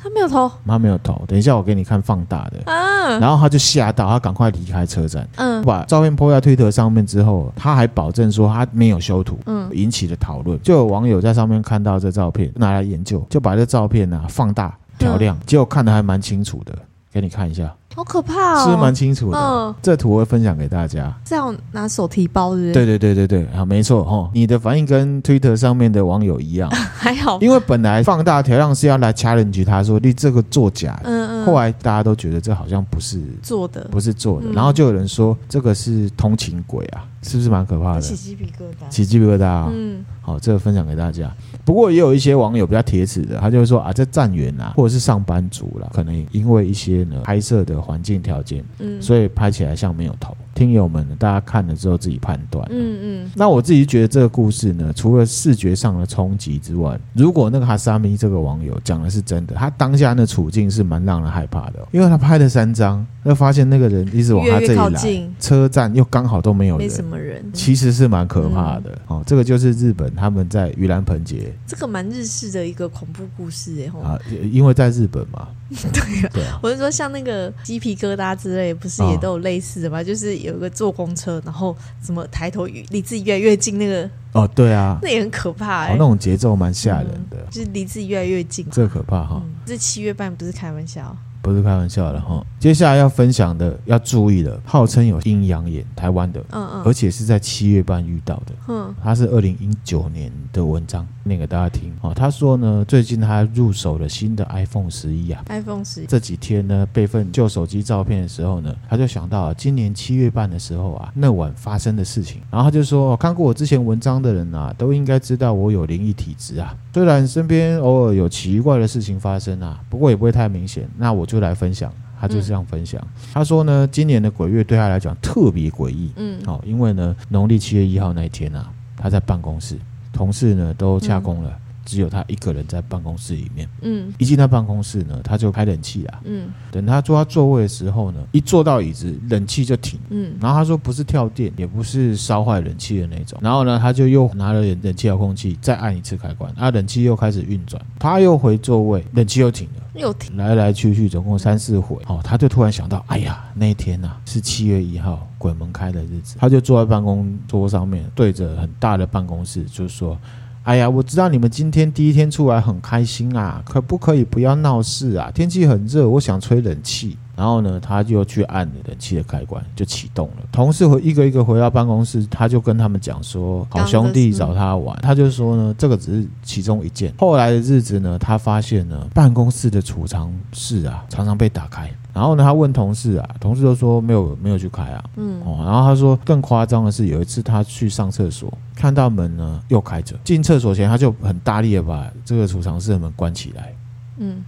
Speaker 2: 他没有头
Speaker 1: 他没有头。等一下我给你看放大的，
Speaker 2: 啊，
Speaker 1: 然后他就吓到，他赶快离开车站。
Speaker 2: 嗯
Speaker 1: 把照片 PO 在推特上面之后，他还保证说他没有修图，
Speaker 2: 嗯
Speaker 1: 引起了讨论。就有网友在上面看到这照片，拿来研究，就把这照片呢、放大调亮，结果看的还蛮清楚的，给你看一下，
Speaker 2: 好可怕哦，
Speaker 1: 是不是蛮清楚的。
Speaker 2: 嗯，
Speaker 1: 这图我会分享给大家。
Speaker 2: 这样拿手提包是不是？
Speaker 1: 对，对对对对，啊，没错哈、吼你的反应跟推特上面的网友一 样，
Speaker 2: 还好，
Speaker 1: 因为本来放大调亮是要来 challenge 他说你这个作假的，
Speaker 2: 嗯嗯，
Speaker 1: 后来大家都觉得这好像不是
Speaker 2: 做的，
Speaker 1: 不是做的，
Speaker 2: 嗯
Speaker 1: 然后就有人说这个是通勤鬼啊，是不是蛮可怕的？
Speaker 2: 起鸡皮疙瘩，
Speaker 1: 起鸡皮疙瘩啊！
Speaker 2: 嗯
Speaker 1: 好，这个分享给大家。不过也有一些网友比较铁齿的，他就会说啊，这站员啊，或者是上班族啦，可能因为一些呢拍摄的环境条件，
Speaker 2: 嗯，
Speaker 1: 所以拍起来像没有头。听友们，大家看了之后自己判断。啊
Speaker 2: 嗯嗯
Speaker 1: 那我自己觉得这个故事呢，除了视觉上的冲击之外，如果那个哈萨米这个网友讲的是真的，他当下那处境是蛮让人害怕的哦，因为他拍了三张，就发现那个人一直往他
Speaker 2: 越
Speaker 1: 这里
Speaker 2: 靠
Speaker 1: 来，
Speaker 2: 近
Speaker 1: 车站又刚好都没有
Speaker 2: 没
Speaker 1: 人，
Speaker 2: 什么人，
Speaker 1: 其实是蛮可怕的、哦。这个就是日本他们在盂兰盆节
Speaker 2: 这个蛮日式的一个恐怖故事哎、吼。
Speaker 1: 啊，因为在日本嘛，
Speaker 2: 对啊，
Speaker 1: 对啊，
Speaker 2: 我是说像那个鸡皮疙瘩之类，不是也都有类似的吗？
Speaker 1: 啊
Speaker 2: 就是有一个坐公车，然后怎么抬头离自己越来越近，那个
Speaker 1: 哦对啊，嗯
Speaker 2: 那也很可怕
Speaker 1: 哦
Speaker 2: 哎、
Speaker 1: 那啊种节奏蛮吓人的，
Speaker 2: 就是离自己越来越近。
Speaker 1: 这可怕哈、
Speaker 2: 嗯，这七月半不是开玩笑，
Speaker 1: 不是开玩笑的哈、接下来要分享的要注意了，号称有阴阳眼，台湾的。
Speaker 2: 嗯
Speaker 1: 而
Speaker 2: 嗯
Speaker 1: 且是在七月半遇到的。
Speaker 2: 嗯
Speaker 1: 他是二零一九年的文章，念给大家听哦。他说呢，最近他入手了新的 iPhone 十一啊。
Speaker 2: ，iPhone 十
Speaker 1: 这几天呢，备份旧手机照片的时候呢，他就想到、啊、今年七月半的时候啊，那晚发生的事情。然后他就说，哦看过我之前文章的人啊，都应该知道我有灵异体质啊。虽然身边偶尔有奇怪的事情发生啊，不过也不会太明显。那我就来分享，他就这样分享。他说呢，今年的鬼月对他来讲特别诡异，
Speaker 2: 嗯
Speaker 1: 好、因为呢，农历七月一号那一天啊，他在办公室，同事呢都下工了，只有他一个人在办公室里面。
Speaker 2: 嗯
Speaker 1: 一进他办公室呢，他就开冷气啊啦。
Speaker 2: 嗯
Speaker 1: 等他坐他座位的时候呢，一坐到椅子，冷气就停。
Speaker 2: 嗯
Speaker 1: 然后他说不是跳电，也不是烧坏冷气的那种。然后呢，他就又拿了冷气遥控器，再按一次开关，啊，冷气又开始运转。他又回座位，冷气又停了。
Speaker 2: 又停，
Speaker 1: 来来去去总共三四回，哦，他就突然想到，哎呀，那一天呐、是七月一号鬼门开的日子，他就坐在办公桌上面，对着很大的办公室，就说。哎呀，我知道你们今天第一天出来很开心啊，可不可以不要闹事啊？天气很热，我想吹冷气。然后呢，他就去按冷气的开关，就启动了。同事回一个一个回到办公室，他就跟他们讲说，好兄弟找他玩。他就说呢，这个只是其中一件。后来的日子呢，他发现呢，办公室的储藏室啊，常常被打开。然后呢，他问同事啊，同事都说没有没有去开啊。
Speaker 2: 嗯，
Speaker 1: 哦，然后他说更夸张的是，有一次他去上厕所，看到门呢又开着，进厕所前他就很大力的把这个储藏室的门关起来。
Speaker 2: 嗯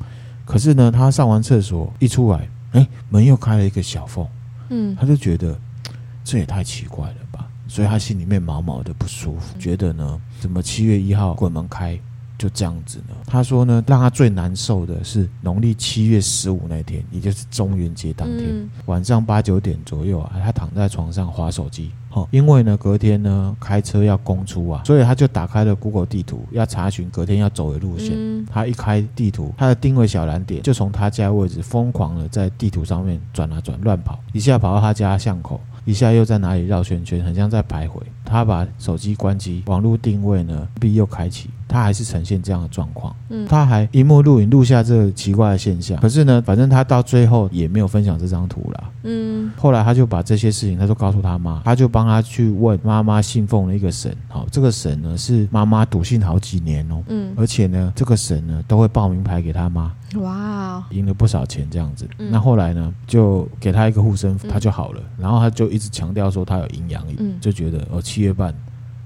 Speaker 1: 可是呢，他上完厕所一出来，哎，门又开了一个小缝，
Speaker 2: 嗯
Speaker 1: 他就觉得嘖这也太奇怪了吧，所以他心里面毛毛的不舒服，觉得呢，怎么七月一号鬼门开就这样子呢？他说呢，让他最难受的是农历七月十五那天，也就是中元节当天。
Speaker 2: 嗯
Speaker 1: 晚上八九点左右啊，他躺在床上划手机。哦，因为呢，隔天呢开车要公出啊，所以他就打开了 Google 地图，要查询隔天要走的路线。
Speaker 2: 嗯
Speaker 1: 他一开地图，他的定位小蓝点就从他家位置疯狂的在地图上面转啊转，乱跑，一下跑到他家巷口，一下又在哪里绕圈圈，很像在徘徊。他把手机关机，网络定位呢必又开启，他还是呈现这样的状况。
Speaker 2: 嗯
Speaker 1: 他还一幕录影录下这个奇怪的现象，可是呢，反正他到最后也没有分享这张图啦。
Speaker 2: 嗯
Speaker 1: 后来他就把这些事情，他都告诉他妈，他就帮他去问妈妈信奉了一个神，好，这个神呢是妈妈笃信好几年哦，
Speaker 2: 嗯，
Speaker 1: 而且呢，这个神呢都会报名牌给他妈，
Speaker 2: 哇哦，
Speaker 1: 赢了不少钱这样子。
Speaker 2: 嗯
Speaker 1: 那后来呢，就给他一个护身符，
Speaker 2: 嗯
Speaker 1: 他就好了。然后他就一直强调说他有营养饮，
Speaker 2: 嗯
Speaker 1: 就觉得哦七月半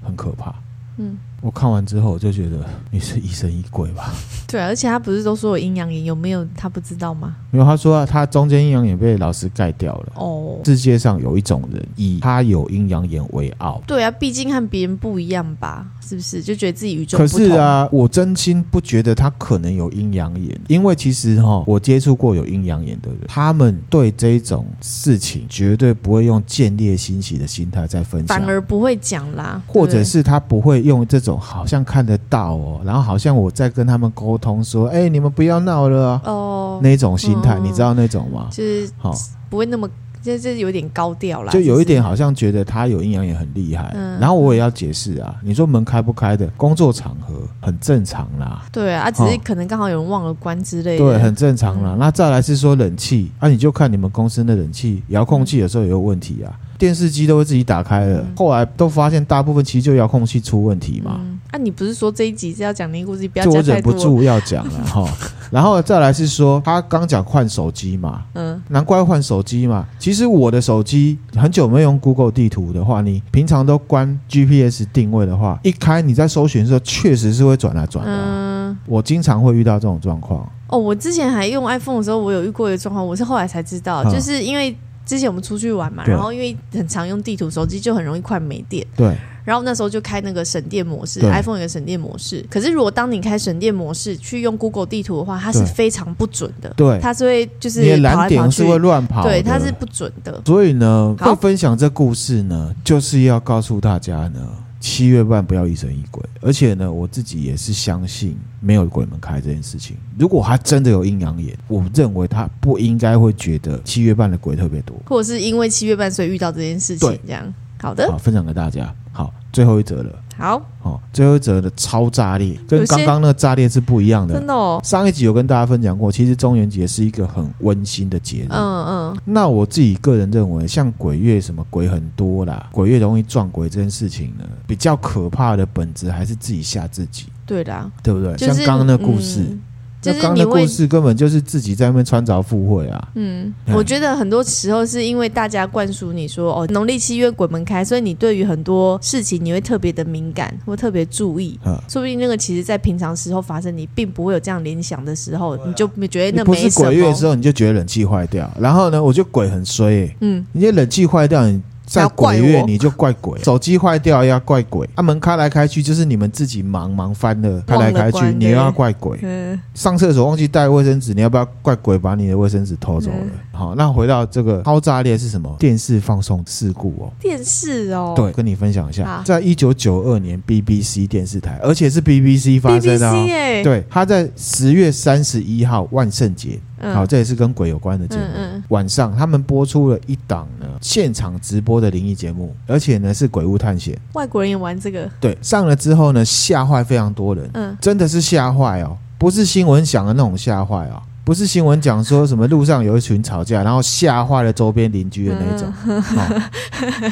Speaker 1: 很可怕。
Speaker 2: 嗯，
Speaker 1: 我看完之后我就觉得你是疑神疑鬼吧？
Speaker 2: 对啊，而且他不是都说有阴阳眼，有没有他不知道吗？
Speaker 1: 没有，他说、啊、他中间阴阳眼被老师盖掉了。
Speaker 2: 哦，
Speaker 1: 世界上有一种人，以他有阴阳眼为傲。
Speaker 2: 对啊，毕竟和别人不一样吧，是不是？就觉得自己与众
Speaker 1: 可
Speaker 2: 不同。
Speaker 1: 是啊，我真心不觉得他可能有阴阳眼，因为其实哈、我接触过有阴阳眼的人，他们对这种事情绝对不会用见猎心喜的心态在分享
Speaker 2: 反。而不会讲啦，
Speaker 1: 或者
Speaker 2: 对
Speaker 1: 是他不会用这种好像看得到哦，然后好像我在跟他们沟通说，哎、你们不要闹了、啊
Speaker 2: 哦，
Speaker 1: 那种心态，
Speaker 2: 嗯
Speaker 1: 你知道那种吗？
Speaker 2: 就是
Speaker 1: 好、
Speaker 2: 不会那么，这这有点高调啦，
Speaker 1: 就有一点
Speaker 2: 是
Speaker 1: 好像觉得他有阴阳眼很厉害。
Speaker 2: 嗯
Speaker 1: 然后我也要解释啊，你说门开不开的，工作场合很正常啦。
Speaker 2: 对啊，只是
Speaker 1: 哦
Speaker 2: 可能刚好有人忘了关之类的，嗯
Speaker 1: 对，很正常啦。那再来是说冷气，啊，你就看你们公司的冷气遥控器有时候也有问题啊，电视机都会自己打开了，
Speaker 2: 嗯
Speaker 1: 后来都发现大部分其实就遥控器出问题嘛，
Speaker 2: 嗯，啊，你不是说这一集是要讲灵异故事，不要
Speaker 1: 这我
Speaker 2: 讲太
Speaker 1: 忍不
Speaker 2: 多，
Speaker 1: 住要讲了 哈。然后再来是说，他刚讲换手机嘛，
Speaker 2: 嗯
Speaker 1: 难怪换手机嘛。其实我的手机很久没用 Google 地图的话，你平常都关 GPS 定位的话，一开你在搜寻的时候，确实是会转来转的啊、
Speaker 2: 嗯。
Speaker 1: 我经常会遇到这种状况。
Speaker 2: 哦，我之前还用 iPhone 的时候，我有遇过一个状况，我是后来才知道，
Speaker 1: 嗯
Speaker 2: 就是因为之前我们出去玩嘛，
Speaker 1: 对
Speaker 2: 然后因为很常用地图，手机就很容易快没电，
Speaker 1: 对，
Speaker 2: 然后那时候就开那个省电模式
Speaker 1: 对
Speaker 2: ，iPhone 有个省电模式。可是如果当你开省电模式去用 Google 地图的话，它是
Speaker 1: 对
Speaker 2: 非常不准的，
Speaker 1: 对
Speaker 2: 它是会就是
Speaker 1: 你的
Speaker 2: 跑
Speaker 1: 蓝
Speaker 2: 来跑
Speaker 1: 点是
Speaker 2: 去，
Speaker 1: 会乱跑的，
Speaker 2: 对，它是不准的。
Speaker 1: 所以呢，
Speaker 2: 好
Speaker 1: 会分享这故事呢，就是要告诉大家呢，七月半不要疑神疑鬼。而且呢，我自己也是相信没有鬼门开这件事情。如果他真的有阴阳眼，我认为他不应该会觉得七月半的鬼特别多。
Speaker 2: 或者是因为七月半所以遇到这件事情
Speaker 1: 对，
Speaker 2: 这样好的
Speaker 1: 好，分享给大家。好，最后一则了。
Speaker 2: 好，
Speaker 1: 哦，最后一则的超炸裂，
Speaker 2: 有
Speaker 1: 跟
Speaker 2: 些
Speaker 1: 刚刚那个炸裂是不一样的
Speaker 2: 真。的哦，
Speaker 1: 上一集有跟大家分享过，其实中元节是一个很温馨的节日。
Speaker 2: 嗯嗯
Speaker 1: 那我自己个人认为，像鬼月什么鬼很多啦，鬼月容易撞鬼这件事情呢，比较可怕的本质还是自己吓自己，
Speaker 2: 对啦，
Speaker 1: 对不对？
Speaker 2: 就是
Speaker 1: 像刚刚那故事，
Speaker 2: 嗯就
Speaker 1: 那
Speaker 2: 是
Speaker 1: 刚刚
Speaker 2: 你
Speaker 1: 那故
Speaker 2: 会
Speaker 1: 事根本就是自己在那边穿凿附会啊。
Speaker 2: 嗯，
Speaker 1: 嗯
Speaker 2: 我觉得很多时候是因为大家灌输你说哦，农历七月鬼门开，所以你对于很多事情你会特别的敏感，或特别注意。
Speaker 1: 嗯
Speaker 2: 说不定那个其实在平常时候发生，你并不会有这样联想的时候，你就觉得
Speaker 1: 啊你
Speaker 2: 那
Speaker 1: 不
Speaker 2: 没
Speaker 1: 是
Speaker 2: 什么。
Speaker 1: 鬼月的时候，你就觉得冷气坏掉，然后呢，我就鬼很衰、欸，
Speaker 2: 嗯，
Speaker 1: 你这冷气坏掉，你在鬼
Speaker 2: 要怪
Speaker 1: 月
Speaker 2: 我
Speaker 1: 你就怪鬼，手机坏掉要怪鬼，啊门开来开去就是你们自己忙忙翻了，开来开
Speaker 2: 忘了
Speaker 1: 去
Speaker 2: 关
Speaker 1: 你又要怪鬼，
Speaker 2: 嗯
Speaker 1: 上厕所忘记带卫生纸，你要不要怪鬼把你的卫生纸偷走了？好，那回到这个超炸裂是什么？电视放送事故哦。
Speaker 2: 电视哦，
Speaker 1: 对，跟你分享一下
Speaker 2: 好，
Speaker 1: 在一九九二年 BBC 电视台，而且是 BBC 发生的、哦。
Speaker 2: ，BBC 哎、
Speaker 1: 对，它在十月三十一号万圣节，
Speaker 2: 嗯，
Speaker 1: 好，这也是跟鬼有关的节目。
Speaker 2: 嗯嗯
Speaker 1: 晚上他们播出了一档呢现场直播的灵异节目，而且呢是鬼屋探险。
Speaker 2: 外国人也玩这个，
Speaker 1: 对，上了之后呢吓坏非常多人，
Speaker 2: 嗯
Speaker 1: 真的是吓坏哦，不是新闻讲的那种吓坏哦，不是新闻讲说什么路上有一群吵架，然后吓坏了周边邻居的那种。
Speaker 2: 嗯
Speaker 1: 哦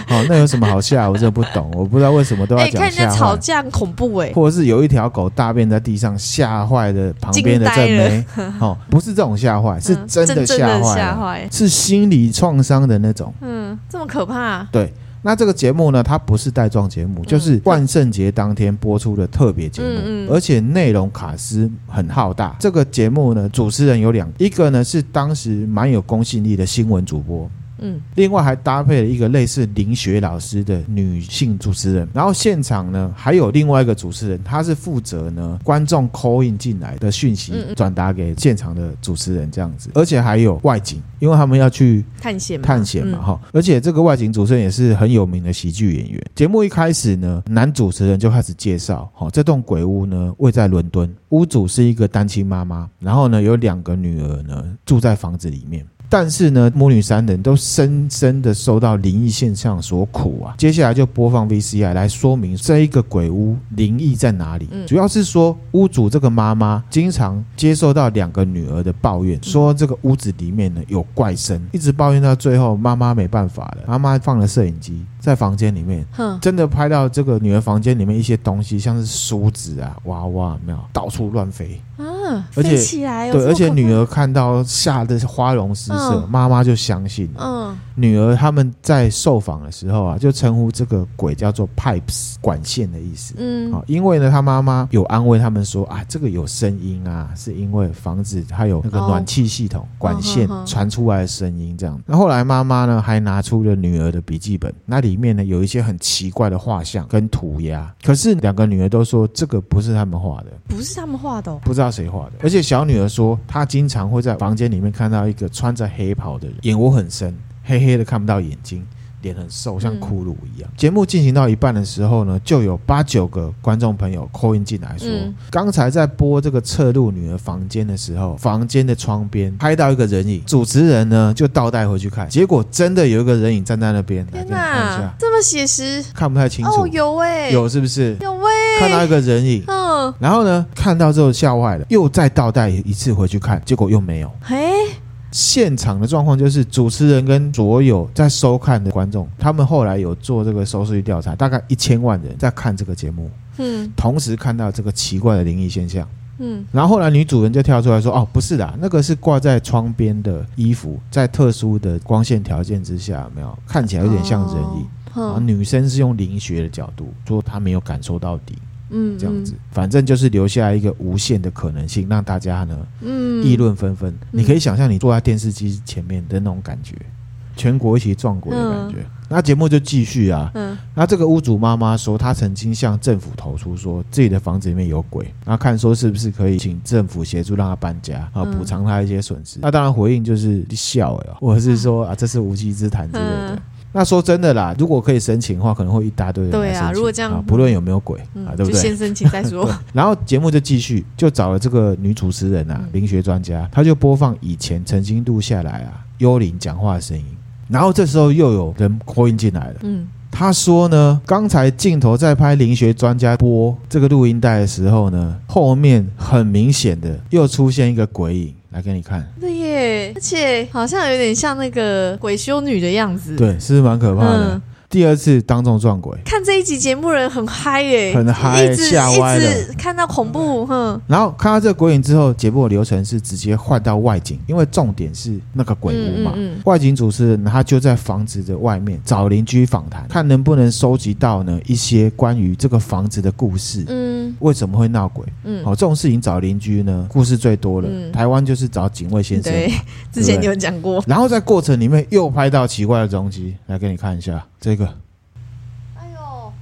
Speaker 1: 哦，那有什么好吓？我真的不 懂，我不知道为什么都要
Speaker 2: 哎、看
Speaker 1: 讲
Speaker 2: 人家
Speaker 1: 吓
Speaker 2: 吵
Speaker 1: 坏。
Speaker 2: 架很恐怖哎、
Speaker 1: 或者是有一条狗大便在地上，吓坏了旁边的正妹。哦，不是这种吓坏，是
Speaker 2: 嗯
Speaker 1: 真的
Speaker 2: 真
Speaker 1: 吓坏
Speaker 2: 的
Speaker 1: 啊
Speaker 2: 吓
Speaker 1: 了，
Speaker 2: 坏，
Speaker 1: 是心理创伤的那种。
Speaker 2: 嗯，这么可怕、
Speaker 1: 对，那这个节目呢，它不是带状节目，就是万圣节当天播出的特别节目，
Speaker 2: 嗯嗯嗯
Speaker 1: 而且内容卡司很浩大。这个节目呢，主持人有两，一个呢是当时蛮有公信力的新闻主播，
Speaker 2: 嗯
Speaker 1: 另外还搭配了一个类似林雪老师的女性主持人，然后现场呢还有另外一个主持人，他是负责呢观众 call in 进来的讯息
Speaker 2: 嗯嗯
Speaker 1: 转达给现场的主持人这样子，而且还有外景，因为他们要去
Speaker 2: 探险嘛
Speaker 1: 探险嘛
Speaker 2: 嗯
Speaker 1: 哈、而且这个外景主持人也是很有名的喜剧演员。节目一开始呢，男主持人就开始介绍，哈、这栋鬼屋呢位在伦敦，屋主是一个单亲妈妈，然后呢有两个女儿呢住在房子里面。但是呢，母女三人都深深的受到灵异现象所苦啊。接下来就播放 VCR 来说明这一个鬼屋灵异在哪里。
Speaker 2: 嗯
Speaker 1: 主要是说屋主这个妈妈经常接受到两个女儿的抱怨，说这个屋子里面呢有怪声，一直抱怨到最后，妈妈没办法了，妈妈放了摄影机在房间里面
Speaker 2: 嗯哼，
Speaker 1: 真的拍到这个女儿房间里面一些东西，像是梳子啊、娃娃，有没有到处乱飞。
Speaker 2: 啊，
Speaker 1: 而且
Speaker 2: 飞起来哦
Speaker 1: 对，而且女，
Speaker 2: 这么
Speaker 1: 儿看到吓得花容失色，
Speaker 2: 嗯
Speaker 1: 妈妈就相信
Speaker 2: 可
Speaker 1: 了。
Speaker 2: 怕嗯
Speaker 1: 女儿他们在受访的时候啊，就称呼这个鬼叫做 pipes 管线的意思。
Speaker 2: 嗯
Speaker 1: 啊，因为呢，她妈妈有安慰他们说啊，这个有声音啊，是因为房子它有那个
Speaker 2: 哦
Speaker 1: 暖气系统、管线
Speaker 2: 嗯哼哼
Speaker 1: 传出来的声音这样。那后来妈妈呢，还拿出了女儿的笔记本，那里面呢有一些很奇怪的画像跟涂鸦，可是两个女儿都说这个不是他们画的，
Speaker 2: 不是他们画的哦，
Speaker 1: 不知道谁画的。而且小女儿说，她经常会在房间里面看到一个穿着黑袍的人，眼窝很深，黑黑的看不到眼睛。脸很瘦，像骷髅一
Speaker 2: 嗯
Speaker 1: 样。节目进行到一半的时候呢，就有八九个观众朋友 call in 进来说
Speaker 2: 嗯，
Speaker 1: 刚、才在播这个侧录女儿房间的时候，房间的窗边拍到一个人影，主持人呢就倒带回去看，结果真的有一个人影站在那边，来
Speaker 2: 天
Speaker 1: 给你看一
Speaker 2: 哪
Speaker 1: 下，，
Speaker 2: 这么写实
Speaker 1: 看不太清楚，
Speaker 2: 哦，有哎，
Speaker 1: 有是不是？
Speaker 2: 有哎，
Speaker 1: 看到一个人影，
Speaker 2: 嗯，
Speaker 1: 然后呢，看到之后吓坏了，又再倒带一次回去看，结果又没有。
Speaker 2: 嘿，
Speaker 1: 现场的状况就是，主持人跟所有在收看的观众，他们后来有做这个收视率调查，大概一千万人在看这个节目，
Speaker 2: 嗯
Speaker 1: 同时看到这个奇怪的灵异现象。
Speaker 2: 嗯
Speaker 1: 然后后来女主人就跳出来说：“哦，不是的，那个是挂在窗边的衣服，在特殊的光线条件之下，有没有看起来有点像人影。然后
Speaker 2: 嗯
Speaker 1: 女生是用灵学的角度说，她没有感受到底。
Speaker 2: 嗯，
Speaker 1: 这样子，反正就是留下一个无限的可能性，让大家呢
Speaker 2: 嗯，嗯
Speaker 1: 议论纷纷。你可以想象你坐在电视机前面的那种感觉，全国一起撞鬼的感觉。那节目就继续啊。
Speaker 2: 嗯
Speaker 1: 那这个屋主妈妈说，她曾经向政府投诉说自己的房子里面有鬼，那看说是不是可以请政府协助让她搬家啊，
Speaker 2: 嗯
Speaker 1: 补偿她一些损失。那当然回应就是笑哎 呦，我是说啊，这是无稽之谈之类的。
Speaker 2: 嗯
Speaker 1: 那说真的啦，如果可以申请的话，可能会一大堆人来
Speaker 2: 对啊
Speaker 1: 申请
Speaker 2: 如果这样
Speaker 1: 不论有没有鬼、啊，
Speaker 2: 嗯，
Speaker 1: 对不
Speaker 2: 就
Speaker 1: 对？
Speaker 2: 先申请再 说
Speaker 1: 对，然后节目就继续，就找了这个女主持人啊，灵学专家，她就播放以前曾经录下来啊幽灵讲话的声音。然后这时候又有人 call in 进来了，
Speaker 2: 嗯
Speaker 1: 他说呢，刚才镜头在拍灵学专家播这个录音带的时候呢，后面很明显的又出现一个鬼影来给你看，
Speaker 2: 对耶，而且好像有点像那个鬼修女的样子。，
Speaker 1: 对，是不是蛮可怕的。
Speaker 2: 嗯
Speaker 1: 第二次当众撞鬼，
Speaker 2: 看这一集节目人很嗨耶，
Speaker 1: 很嗨
Speaker 2: 一直
Speaker 1: 吓歪
Speaker 2: 一
Speaker 1: 了
Speaker 2: 直看到恐怖，哼，
Speaker 1: 然后看到这个鬼影之后，节目的流程是直接换到外景，因为重点是那个鬼屋嘛。
Speaker 2: 嗯嗯嗯
Speaker 1: 外景主持人他就在房子的外面找邻居访谈，看能不能收集到呢一些关于这个房子的故事。
Speaker 2: 嗯
Speaker 1: 为什么会闹鬼？
Speaker 2: 嗯，
Speaker 1: 哦，这种事情找邻居呢，故事最多了。
Speaker 2: 嗯
Speaker 1: 台湾就是找警卫先生，
Speaker 2: 对，之前你有讲过，
Speaker 1: 然后在过程里面又拍到奇怪的东西，来给你看一下这个，
Speaker 2: 哎呦，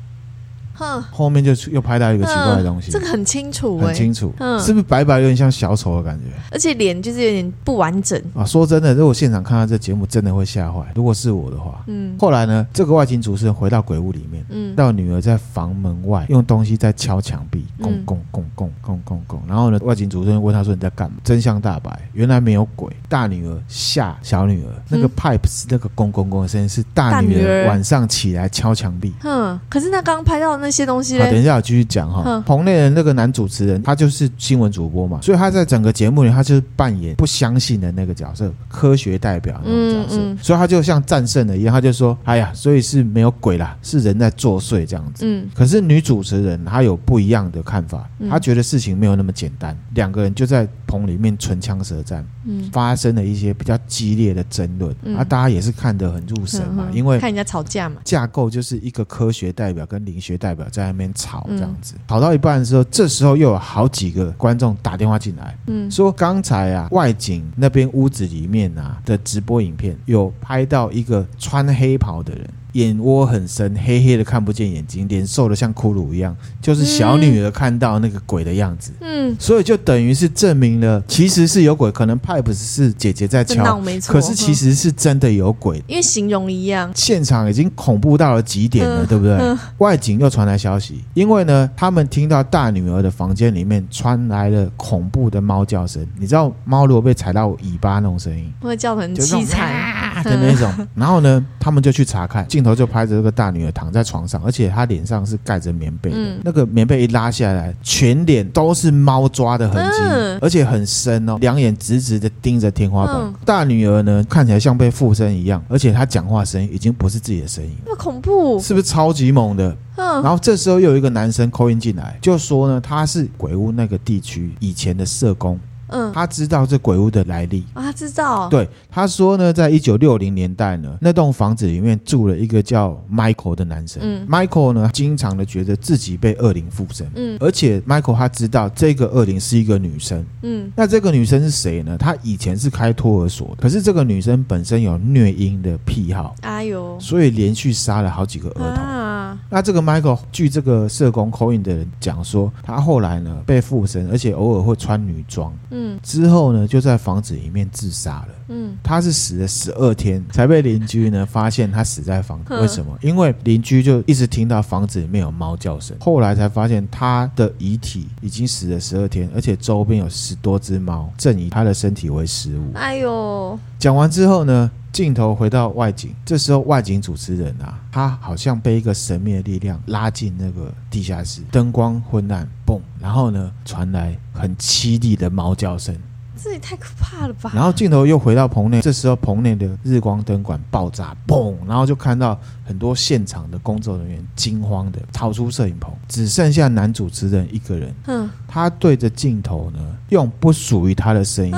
Speaker 2: 哼，
Speaker 1: 后面就出又拍到一个奇怪的东西，
Speaker 2: 嗯这个很清楚
Speaker 1: 很
Speaker 2: 哎，
Speaker 1: 清楚，
Speaker 2: 嗯
Speaker 1: 是不是白白有点像小丑的感觉？
Speaker 2: 而且脸就是有点不完整，
Speaker 1: 啊，说真的，如果现场看到这节目，真的会吓坏。如果是我的话，
Speaker 2: 嗯
Speaker 1: 后来呢，这个外景主持人回到鬼屋里面，
Speaker 2: 嗯
Speaker 1: 到女儿在房门外用东西在敲墙壁，拱
Speaker 2: 嗯
Speaker 1: 拱拱拱拱拱拱。然后呢，外景主持人问她说：“你在干嘛？”真相大白，原来没有鬼。大女儿吓小女儿，那个
Speaker 2: 嗯
Speaker 1: pipes 那个拱拱拱的声音是大
Speaker 2: 大
Speaker 1: 女
Speaker 2: 女
Speaker 1: 儿
Speaker 2: 儿
Speaker 1: 晚上起来敲墙壁。
Speaker 2: 哼，可是那刚刚拍到的那些东西
Speaker 1: 好，等
Speaker 2: 嘞？
Speaker 1: 一下我继续讲哈
Speaker 2: 嗯。
Speaker 1: 棚内的那个男主持人，他就是新闻主播嘛，所以他在整个节目里，他就是扮演不相信的那个角色，科学代表那种角色，
Speaker 2: 嗯嗯
Speaker 1: 所以他就像战胜了一样，他就说：“哎呀，所以是没有鬼啦，是人在作祟这样子。
Speaker 2: 嗯
Speaker 1: 可是女主持人她有不一样的看法，
Speaker 2: 嗯
Speaker 1: 她觉得事情没有那么简单，两个人就在棚里面唇枪舌战，
Speaker 2: 嗯，
Speaker 1: 发生了一些比较激烈的争论，
Speaker 2: 嗯
Speaker 1: 啊，大家也是看得很入神嘛，因为
Speaker 2: 看人家吵架嘛，
Speaker 1: 架构就是一个科学代表跟灵学代表在那边吵
Speaker 2: 嗯
Speaker 1: 这样子，吵到一半的时候，这时候又有好几个观众打电话进来，
Speaker 2: 嗯
Speaker 1: 说刚才啊外景那边屋子里面啊的直播影片有拍到一个穿黑袍的人。眼窝很深，黑黑的看不见眼睛，脸瘦的像骷髅一样，就是小女儿看到那个鬼的样子，
Speaker 2: 嗯，
Speaker 1: 所以就等于是证明了其实是有鬼，可能 Pipe 是姐姐在
Speaker 2: 这闹
Speaker 1: 敲，
Speaker 2: 没错。
Speaker 1: 可是其
Speaker 2: 嗯
Speaker 1: 实是真的有鬼，
Speaker 2: 因为形容一样，
Speaker 1: 现场已经恐怖到了极点了，
Speaker 2: 嗯
Speaker 1: 对不对？
Speaker 2: 嗯
Speaker 1: 外景又传来消息，因为呢，他们听到大女儿的房间里面传来了恐怖的猫叫声。你知道猫如果被踩到尾巴那种声音，
Speaker 2: 会叫得很
Speaker 1: 就是那
Speaker 2: 凄
Speaker 1: 种
Speaker 2: 惨。
Speaker 1: 啊的那种。然后呢，他们就去查看，镜头就拍着这个大女儿躺在床上，而且她脸上是盖着棉被的，
Speaker 2: 嗯
Speaker 1: 那个棉被一拉下来，全脸都是猫抓的痕迹，
Speaker 2: 嗯
Speaker 1: 而且很深哦，两眼直直的盯着天花板。
Speaker 2: 嗯
Speaker 1: 大女儿呢，看起来像被附身一样，而且她讲话声音已经不是自己的声音了。
Speaker 2: 那么恐怖，
Speaker 1: 是不是超级猛的？
Speaker 2: 嗯
Speaker 1: 然后这时候又有一个男生扣音进来，就说呢，他是鬼屋那个地区以前的社工，
Speaker 2: 嗯
Speaker 1: 他知道这鬼屋的来历，
Speaker 2: 啊，知道，
Speaker 1: 对，他说呢，在一九六零年代呢，那栋房子里面住了一个叫 Michael 的男生。
Speaker 2: 嗯
Speaker 1: Michael 呢，经常的觉得自己被恶灵附身。
Speaker 2: 嗯
Speaker 1: 而且 Michael 他知道这个恶灵是一个女生，
Speaker 2: 嗯
Speaker 1: 那这个女生是谁呢？她以前是开托儿所的，可是这个女生本身有虐婴的癖好，
Speaker 2: 哎呦
Speaker 1: 所以连续杀了好几个儿童。
Speaker 2: 啊，
Speaker 1: 那这个 Michael 据这个社工 c o i n 的人讲说，他后来呢被附身，而且偶尔会穿女装，
Speaker 2: 嗯
Speaker 1: 之后呢就在房子里面自杀了。
Speaker 2: 嗯
Speaker 1: 他是死了十二天才被邻居呢发现他死在房子，
Speaker 2: 嗯
Speaker 1: 为什么？因为邻居就一直听到房子里面有猫叫声，后来才发现他的遗体已经死了十二天，而且周边有十多只猫，正以他的身体为食物。
Speaker 2: 哎呦，
Speaker 1: 讲完之后呢，镜头回到外景，这时候外景主持人啊，他好像被一个神秘的力量拉进那个地下室，灯光昏暗，嘣，然后呢传来很凄厉的猫叫声。
Speaker 2: 这也太可怕了吧！
Speaker 1: 然后镜头又回到棚内，这时候棚内的日光灯管爆炸，嘣！然后就看到很多现场的工作人员惊慌的逃出摄影棚，只剩下男主持人一个人。
Speaker 2: 嗯，
Speaker 1: 他对着镜头呢，用不属于他的声音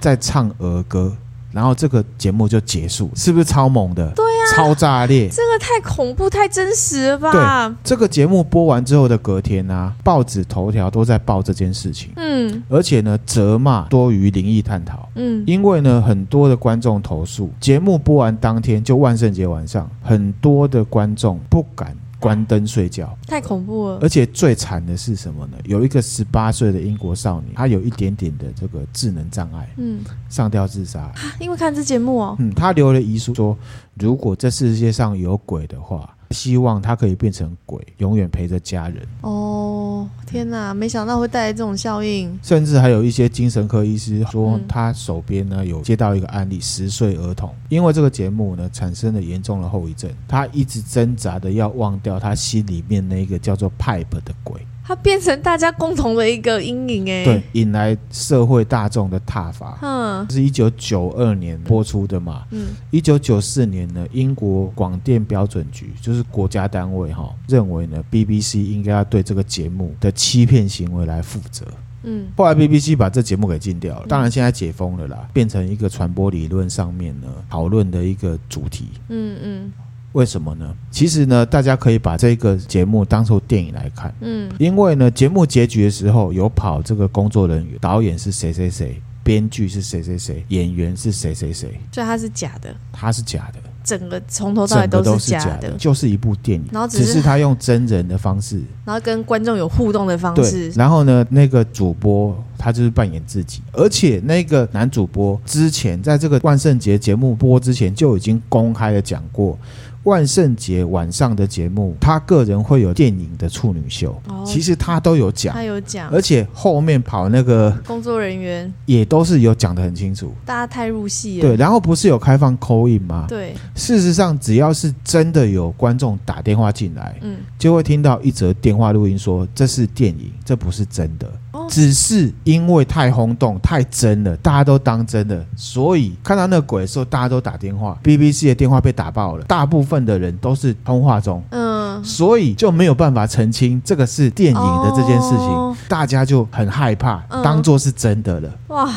Speaker 1: 在唱儿歌，然后这个节目就结束，是不是超猛的？对呀、超炸裂！
Speaker 2: 这个太恐怖、太真实了吧？
Speaker 1: 这个节目播完之后的隔天啊，报纸头条都在报这件事情，
Speaker 2: 嗯
Speaker 1: 而且呢，责骂多于灵异探讨。
Speaker 2: 嗯
Speaker 1: 因为呢，很多的观众投诉，节目播完当天就万圣节晚上，很多的观众不敢关灯睡觉。
Speaker 2: 太恐怖了。
Speaker 1: 而且最惨的是什么呢？有一个十八岁的英国少女，她有一点点的这个智能障碍，
Speaker 2: 嗯，啊
Speaker 1: 上吊自杀。
Speaker 2: 因为看这节目哦，
Speaker 1: 嗯，她留了遗书说，如果这世界上有鬼的话，希望她可以变成鬼，永远陪着家人。
Speaker 2: 哦，天哪，没想到会带来这种效应。
Speaker 1: 甚至还有一些精神科医师说
Speaker 2: 嗯，
Speaker 1: 他手边呢有接到一个案例，十岁儿童因为这个节目呢产生了严重的后遗症，他一直挣扎的要忘掉他心里面那个叫做 pipe 的鬼，
Speaker 2: 它变成大家共同的一个阴影哎。
Speaker 1: 对，，引来社会大众的挞伐。
Speaker 2: 嗯
Speaker 1: 是一九九二年播出的嘛？
Speaker 2: 嗯
Speaker 1: 一九九四年呢，英国广电标准局就是国家单位哈、认为呢 BBC 应该要对这个节目的欺骗行为来负责。
Speaker 2: 嗯
Speaker 1: 后来 BBC 把这节目给禁掉了，当然现在解封了啦，变成一个传播理论上面呢讨论的一个主题。
Speaker 2: 嗯嗯
Speaker 1: 为什么呢？其实呢，大家可以把这个节目当做电影来看，
Speaker 2: 嗯
Speaker 1: 因为呢，节目结局的时候有跑这个工作人员，导演是谁谁谁，编剧是谁谁谁，演员是谁谁谁，
Speaker 2: 所以它是假的，
Speaker 1: 他是假的，
Speaker 2: 整个从头到
Speaker 1: 整
Speaker 2: 尾
Speaker 1: 个
Speaker 2: 都
Speaker 1: 都
Speaker 2: 是
Speaker 1: 是假
Speaker 2: 假
Speaker 1: 的，
Speaker 2: 的，
Speaker 1: 就是一部电影，
Speaker 2: 然后只
Speaker 1: 只
Speaker 2: 是
Speaker 1: 是他用真人的方式
Speaker 2: 然后跟观众有互动的方
Speaker 1: 对
Speaker 2: 式，。
Speaker 1: 然后呢，那个主播他就是扮演自己，而且那个男主播之前在这个万圣节节目播之前就已经公开的讲过，万圣节晚上的节目，他个人会有电影的处女秀，
Speaker 2: 哦
Speaker 1: 其实他都有讲
Speaker 2: 他，有讲
Speaker 1: 而且后面跑那个
Speaker 2: 工作人员，
Speaker 1: 也都是有讲的很清楚。
Speaker 2: 大家太入戏
Speaker 1: 对，
Speaker 2: 了。
Speaker 1: 然后不是有开放 call in 吗？
Speaker 2: 对，
Speaker 1: 事实上，只要是真的有观众打电话进来，
Speaker 2: 嗯，
Speaker 1: 就会听到一则电话录音说这是电影，这不是真的，
Speaker 2: 哦
Speaker 1: 只是因为太轰动、太真了，大家都当真了，所以看到那个鬼的时候，大家都打电话，BBC 的电话被打爆了，大部分的人都是通话中。
Speaker 2: 嗯，
Speaker 1: 所以就没有办法澄清这个是电影的这件事情，
Speaker 2: 哦
Speaker 1: 大家就很害怕，
Speaker 2: 嗯
Speaker 1: 当做是真的了，
Speaker 2: 哇，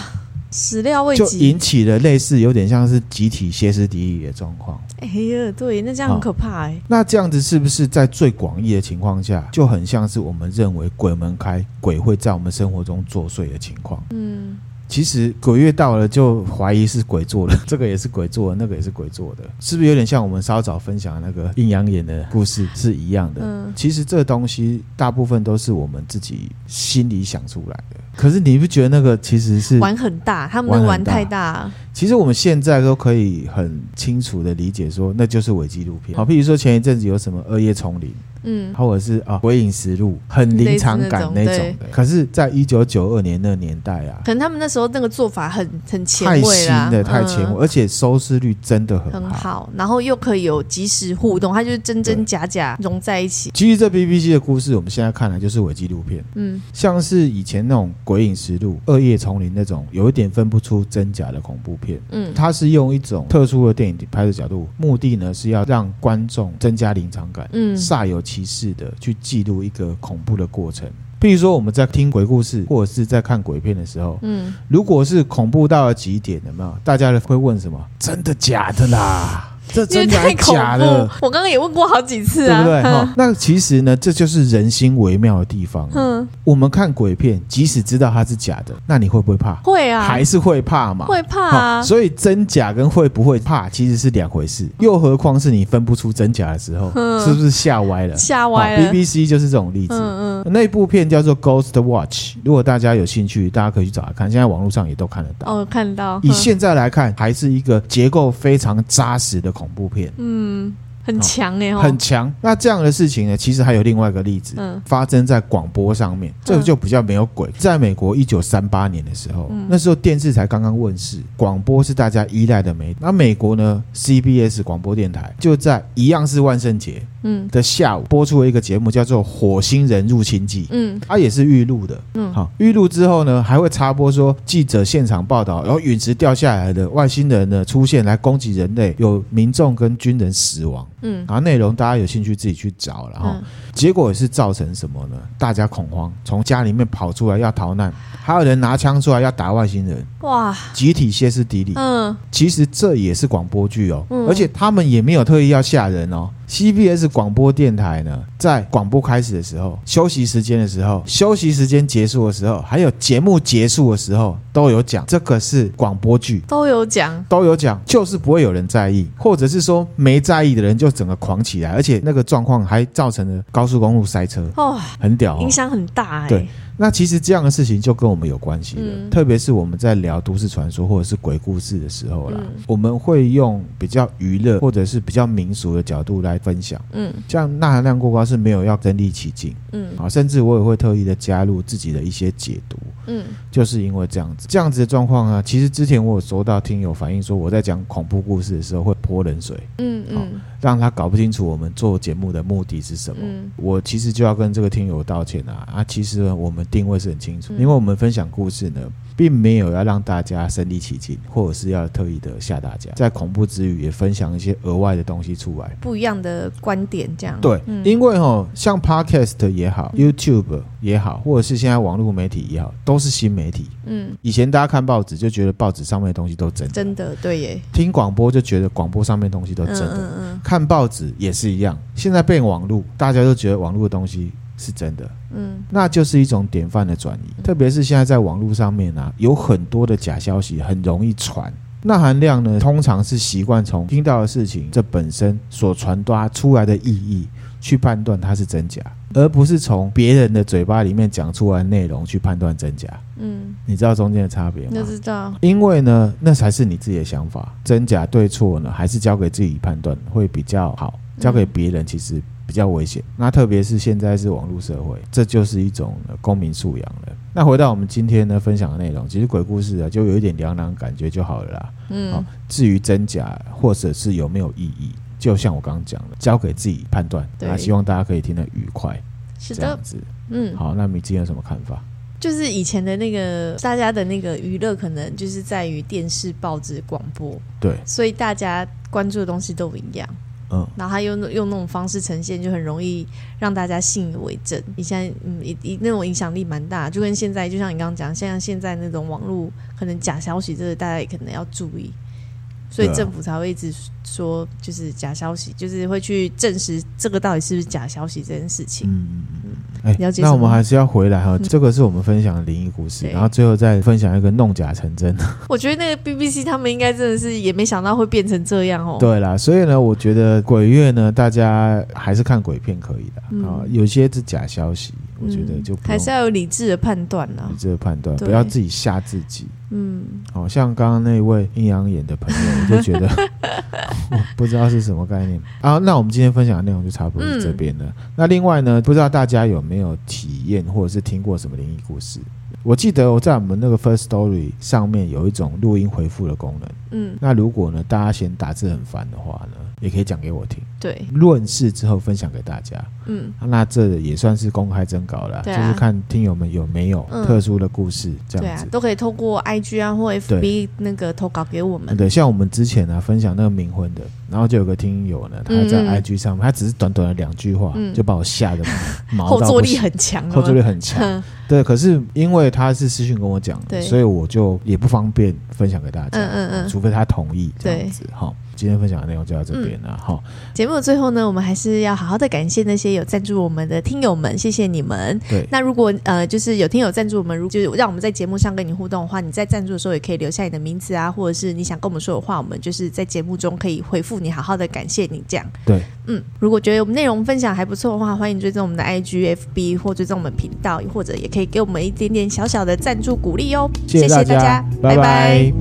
Speaker 2: 始料未
Speaker 1: 就
Speaker 2: 及
Speaker 1: 引。起了类似有点像是集体歇斯底里的状况。
Speaker 2: 哎呀，对，那这样很可怕哎。
Speaker 1: 那这样子是不是在最广义的情况下，就很像是我们认为鬼门开，鬼会在我们生活中作祟的情况？
Speaker 2: 嗯，
Speaker 1: 其实鬼月到了，就怀疑是鬼做的， 这个也是鬼做的，那个也是鬼做的，是不是有点像我们稍早分享的那个阴阳眼的故事是一样的？
Speaker 2: 嗯
Speaker 1: 其实这东西大部分都是我们自己心里想出来的。可是你不觉得那个其实是
Speaker 2: 玩很大，他们的
Speaker 1: 玩
Speaker 2: 玩
Speaker 1: 很大
Speaker 2: 太大。
Speaker 1: 其实我们现在都可以很清楚的理解说，那就是伪纪录片。好，譬如说前一阵子有什么《恶夜丛林》。
Speaker 2: 嗯，
Speaker 1: 或者是啊《鬼影实录》，很临场感那
Speaker 2: 类似那种
Speaker 1: 种的。可是，在一九九二年那个年代啊，
Speaker 2: 可能他们那时候那个做法很很前
Speaker 1: 太
Speaker 2: 卫
Speaker 1: 新
Speaker 2: 啦，
Speaker 1: 了，太前
Speaker 2: 嗯
Speaker 1: 卫，而且收视率真的很
Speaker 2: 很
Speaker 1: 好。
Speaker 2: 好，然后又可以有即时互动，它就是真
Speaker 1: 对
Speaker 2: 真假假融在一起。
Speaker 1: 基于这 BBC 的故事，我们现在看来就是伪纪录片，
Speaker 2: 嗯，
Speaker 1: 像是以前那种《鬼影实录》《恶夜丛林》那种，有一点分不出真假的恐怖片。
Speaker 2: 嗯，
Speaker 1: 它是用一种特殊的电影拍摄角度，目的呢是要让观众增加临场感，
Speaker 2: 嗯
Speaker 1: 煞有其事的去记录一个恐怖的过程。譬如说我们在听鬼故事或者是在看鬼片的时候，
Speaker 2: 嗯，
Speaker 1: 如果是恐怖到了极点，有没有？大家会问什么？真的假的 啦？这
Speaker 2: 因为
Speaker 1: 真的还
Speaker 2: 太
Speaker 1: 是
Speaker 2: 恐
Speaker 1: 假的
Speaker 2: 怖，，我刚刚也问过好几次
Speaker 1: 对
Speaker 2: 啊，
Speaker 1: 不对？哈，那其实呢，这就是人心微妙的地方。啊
Speaker 2: 嗯，
Speaker 1: 我们看鬼片，即使知道它是假的，那你会不会怕？
Speaker 2: 会啊，
Speaker 1: 还是会怕嘛？
Speaker 2: 会怕
Speaker 1: 哦
Speaker 2: 啊，
Speaker 1: 所以真假跟会不会怕其实是两回事，又何况是你分不出真假的时候，
Speaker 2: 嗯
Speaker 1: 是不是吓歪了？
Speaker 2: 吓歪
Speaker 1: 哦
Speaker 2: 了。
Speaker 1: BBC 就是这种例子。
Speaker 2: 嗯嗯，
Speaker 1: 那部片叫做《Ghost Watch》，如果大家有兴趣，大家可以去找来看，现在网络上也都看得到。
Speaker 2: 哦，我看到，
Speaker 1: 以
Speaker 2: 嗯
Speaker 1: 现在来看，还是一个结构非常扎实的恐怖片，
Speaker 2: 嗯很强哎，哦
Speaker 1: 很强。那这样的事情呢，其实还有另外一个例子，
Speaker 2: 嗯
Speaker 1: 发生在广播上面，这个就比较没有鬼。在美国一九三八年的时候，
Speaker 2: 嗯
Speaker 1: 那时候电视才刚刚问世，广播是大家依赖的媒体。那美国呢，CBS 广播电台就在一样是万圣节
Speaker 2: 嗯
Speaker 1: 的下午播出了一个节目，叫做《火星人入侵记》。
Speaker 2: 嗯
Speaker 1: 它也是预录的，
Speaker 2: 嗯
Speaker 1: 好，预录之后呢，还会插播说记者现场报道，然后陨石掉下来的外星人呢出现来攻击人类，有民众跟军人死亡，
Speaker 2: 嗯
Speaker 1: 然后内容大家有兴趣自己去找了哈。
Speaker 2: 嗯
Speaker 1: 结果也是造成什么呢？大家恐慌，从家里面跑出来要逃难，还有人拿枪出来要打外星人，
Speaker 2: 哇，
Speaker 1: 集体歇斯底里。
Speaker 2: 嗯
Speaker 1: 其实这也是广播剧哦，
Speaker 2: 嗯
Speaker 1: 而且他们也没有特意要吓人哦。CBS 广播电台呢，在广播开始的时候、休息时间的时候、休息时间结束的时候，还有节目结束的时候，都有讲这个是广播剧。
Speaker 2: 都有讲，
Speaker 1: 都有讲，就是不会有人在意，或者是说没在意的人就整个狂起来，而且那个状况还造成了高速公路塞车，
Speaker 2: 哦，
Speaker 1: 很屌、哦
Speaker 2: 影。响很大哎
Speaker 1: 对，那其实这样的事情就跟我们有关系了，
Speaker 2: 嗯
Speaker 1: 特别是我们在聊都市传说或者是鬼故事的时候啦，
Speaker 2: 嗯
Speaker 1: 我们会用比较娱乐或者是比较民俗的角度来分享。
Speaker 2: 嗯
Speaker 1: 像钠含量过高是没有要身临其境
Speaker 2: 嗯
Speaker 1: 啊，甚至我也会特意的加入自己的一些解读，
Speaker 2: 嗯
Speaker 1: 就是因为这样子，这样子的状况啊，其实之前我有收到听友反映说，我在讲恐怖故事的时候会泼冷水，
Speaker 2: 嗯嗯
Speaker 1: 让他搞不清楚我们做节目的目的是什么。
Speaker 2: 嗯
Speaker 1: 我其实就要跟这个听友道歉啊啊！其实我们定位是很清楚，
Speaker 2: 嗯
Speaker 1: 因为我们分享故事呢，并没有要让大家身临其境，或者是要特意的吓大家，在恐怖之余也分享一些额外的东西出来。
Speaker 2: 不一样的观点这样，
Speaker 1: 对，
Speaker 2: 嗯
Speaker 1: 因为哦，像 Podcast 也好，YouTube 也好，或者是现在网络媒体也好，都是新媒体。
Speaker 2: 嗯，
Speaker 1: 以前大家看报纸就觉得报纸上面的东西都真的，
Speaker 2: 真的对耶，
Speaker 1: 听广播就觉得广播上面的东西都
Speaker 2: 嗯
Speaker 1: 真的，
Speaker 2: 嗯嗯
Speaker 1: 看报纸也是一样。现在变网络，大家都觉得网络的东西是真的。
Speaker 2: 嗯
Speaker 1: 那就是一种典范的转移。特别是现在在网络上面啊，有很多的假消息，很容易传。钠含量呢，通常是习惯从听到的事情这本身所传达出来的意义去判断它是真假，而不是从别人的嘴巴里面讲出来的内容去判断真假。
Speaker 2: 嗯，
Speaker 1: 你知道中间的差别吗？
Speaker 2: 就知道，
Speaker 1: 因为呢，那才是你自己的想法，真假对错呢，还是交给自己判断会比较好。交给别人其实比较危险。那特别是现在是网络社会，这就是一种呃公民素养了。那回到我们今天呢分享的内容，其实鬼故事啊，就有一点凉凉感觉就好了啦。
Speaker 2: 嗯
Speaker 1: 好，至于真假或者是有没有意义，就像我刚刚讲的，交给自己判断。
Speaker 2: 对
Speaker 1: 那希望大家可以听得愉快，
Speaker 2: 是
Speaker 1: 这
Speaker 2: 的
Speaker 1: 样，子。
Speaker 2: 嗯，
Speaker 1: 好，那米今有什么看法？
Speaker 2: 就是以前的那个大家的那个娱乐，可能就是在于电视、报纸、广播，
Speaker 1: 对，
Speaker 2: 所以大家关注的东西都不一样。
Speaker 1: 嗯，
Speaker 2: 然后他用用那种方式呈现，就很容易让大家信以为真。以前嗯，以以那种影响力蛮大，就跟现在，就像你刚刚讲，像现在那种网络可能假消息，这个大家也可能要注意，所以
Speaker 1: 对啊
Speaker 2: 政府才会一直说就是假消息，就是会去证实这个到底是不是假消息这件事情。
Speaker 1: 嗯嗯嗯，
Speaker 2: 了
Speaker 1: 哎，
Speaker 2: 解
Speaker 1: 那
Speaker 2: 什
Speaker 1: 我们
Speaker 2: 么
Speaker 1: 还是要回来哈，
Speaker 2: 嗯
Speaker 1: 这个是我们分享的灵异故事，
Speaker 2: 对
Speaker 1: 然后最后再分享一个弄假成真。
Speaker 2: 我觉得那个 BBC 他们应该真的是也没想到会变成这样哦。
Speaker 1: 对啦，所以呢，我觉得鬼月呢，大家还是看鬼片可以的啊、
Speaker 2: 嗯
Speaker 1: 有些是假消息，我
Speaker 2: 嗯，
Speaker 1: 觉得就不
Speaker 2: 还
Speaker 1: 用
Speaker 2: 是要有理智的判断啦
Speaker 1: 理。智的判断，
Speaker 2: 对
Speaker 1: 不要自己吓自己。
Speaker 2: 嗯，
Speaker 1: 哦，像刚刚那位阴阳眼的 朋友，我就觉得 我不知道是什么概念啊。那我们今天分享的内容就差不多是这边
Speaker 2: 嗯
Speaker 1: 了。那另外呢，不知道大家有没有体验或者是听过什么灵异故事？我记得我在我们那个 First Story 上面有一种录音回复的功能。
Speaker 2: 嗯，
Speaker 1: 那如果呢，大家嫌打字很烦的话呢，也可以讲给我听。
Speaker 2: 对，
Speaker 1: 论事之后分享给大家。啊
Speaker 2: 嗯，
Speaker 1: 那这也算是公开征稿了，
Speaker 2: 对啊
Speaker 1: 就是看听友们有没有
Speaker 2: 嗯
Speaker 1: 特殊的故事这
Speaker 2: 对
Speaker 1: 样
Speaker 2: 啊
Speaker 1: 子，。
Speaker 2: 都可以透过 IG 啊或 FB 那个投稿给我们。
Speaker 1: 对，像我们之前呢、啊分享那个冥婚的，然后就有个听友呢，他在
Speaker 2: 嗯嗯
Speaker 1: IG 上面，他只是短短的两句话，
Speaker 2: 嗯
Speaker 1: 就把我吓得毛
Speaker 2: 后
Speaker 1: 到
Speaker 2: 坐
Speaker 1: 不
Speaker 2: 力
Speaker 1: 行，
Speaker 2: 很强，哦
Speaker 1: 后坐力
Speaker 2: 有
Speaker 1: 很
Speaker 2: 没有
Speaker 1: 强。对，可是因为他是私讯跟我讲的，
Speaker 2: 对
Speaker 1: 所以我就也不方便分享给大家，
Speaker 2: 嗯嗯嗯
Speaker 1: 除非他同意这样子。好，今天分享的内容就到这边了，好、
Speaker 2: 嗯， 节目的最后呢，我们还是要好好的感谢那些有赞助我们的听友们，谢谢你们。
Speaker 1: 对。
Speaker 2: 那如果呃，就是有听友赞助我们，如就是让我们在节目上跟你互动的话，你在赞助的时候也可以留下你的名字啊，或者是你想跟我们说的话，我们就是在节目中可以回复你，好好的感谢你这样。
Speaker 1: 对，
Speaker 2: 嗯，如果觉得我们内容分享还不错的话，欢迎追踪我们的 IG、FB 或追踪我们频道，或者也可以给我们一点点小小的赞助鼓励哦。
Speaker 1: 谢
Speaker 2: 谢
Speaker 1: 大
Speaker 2: 大家，
Speaker 1: 拜
Speaker 2: 拜
Speaker 1: 拜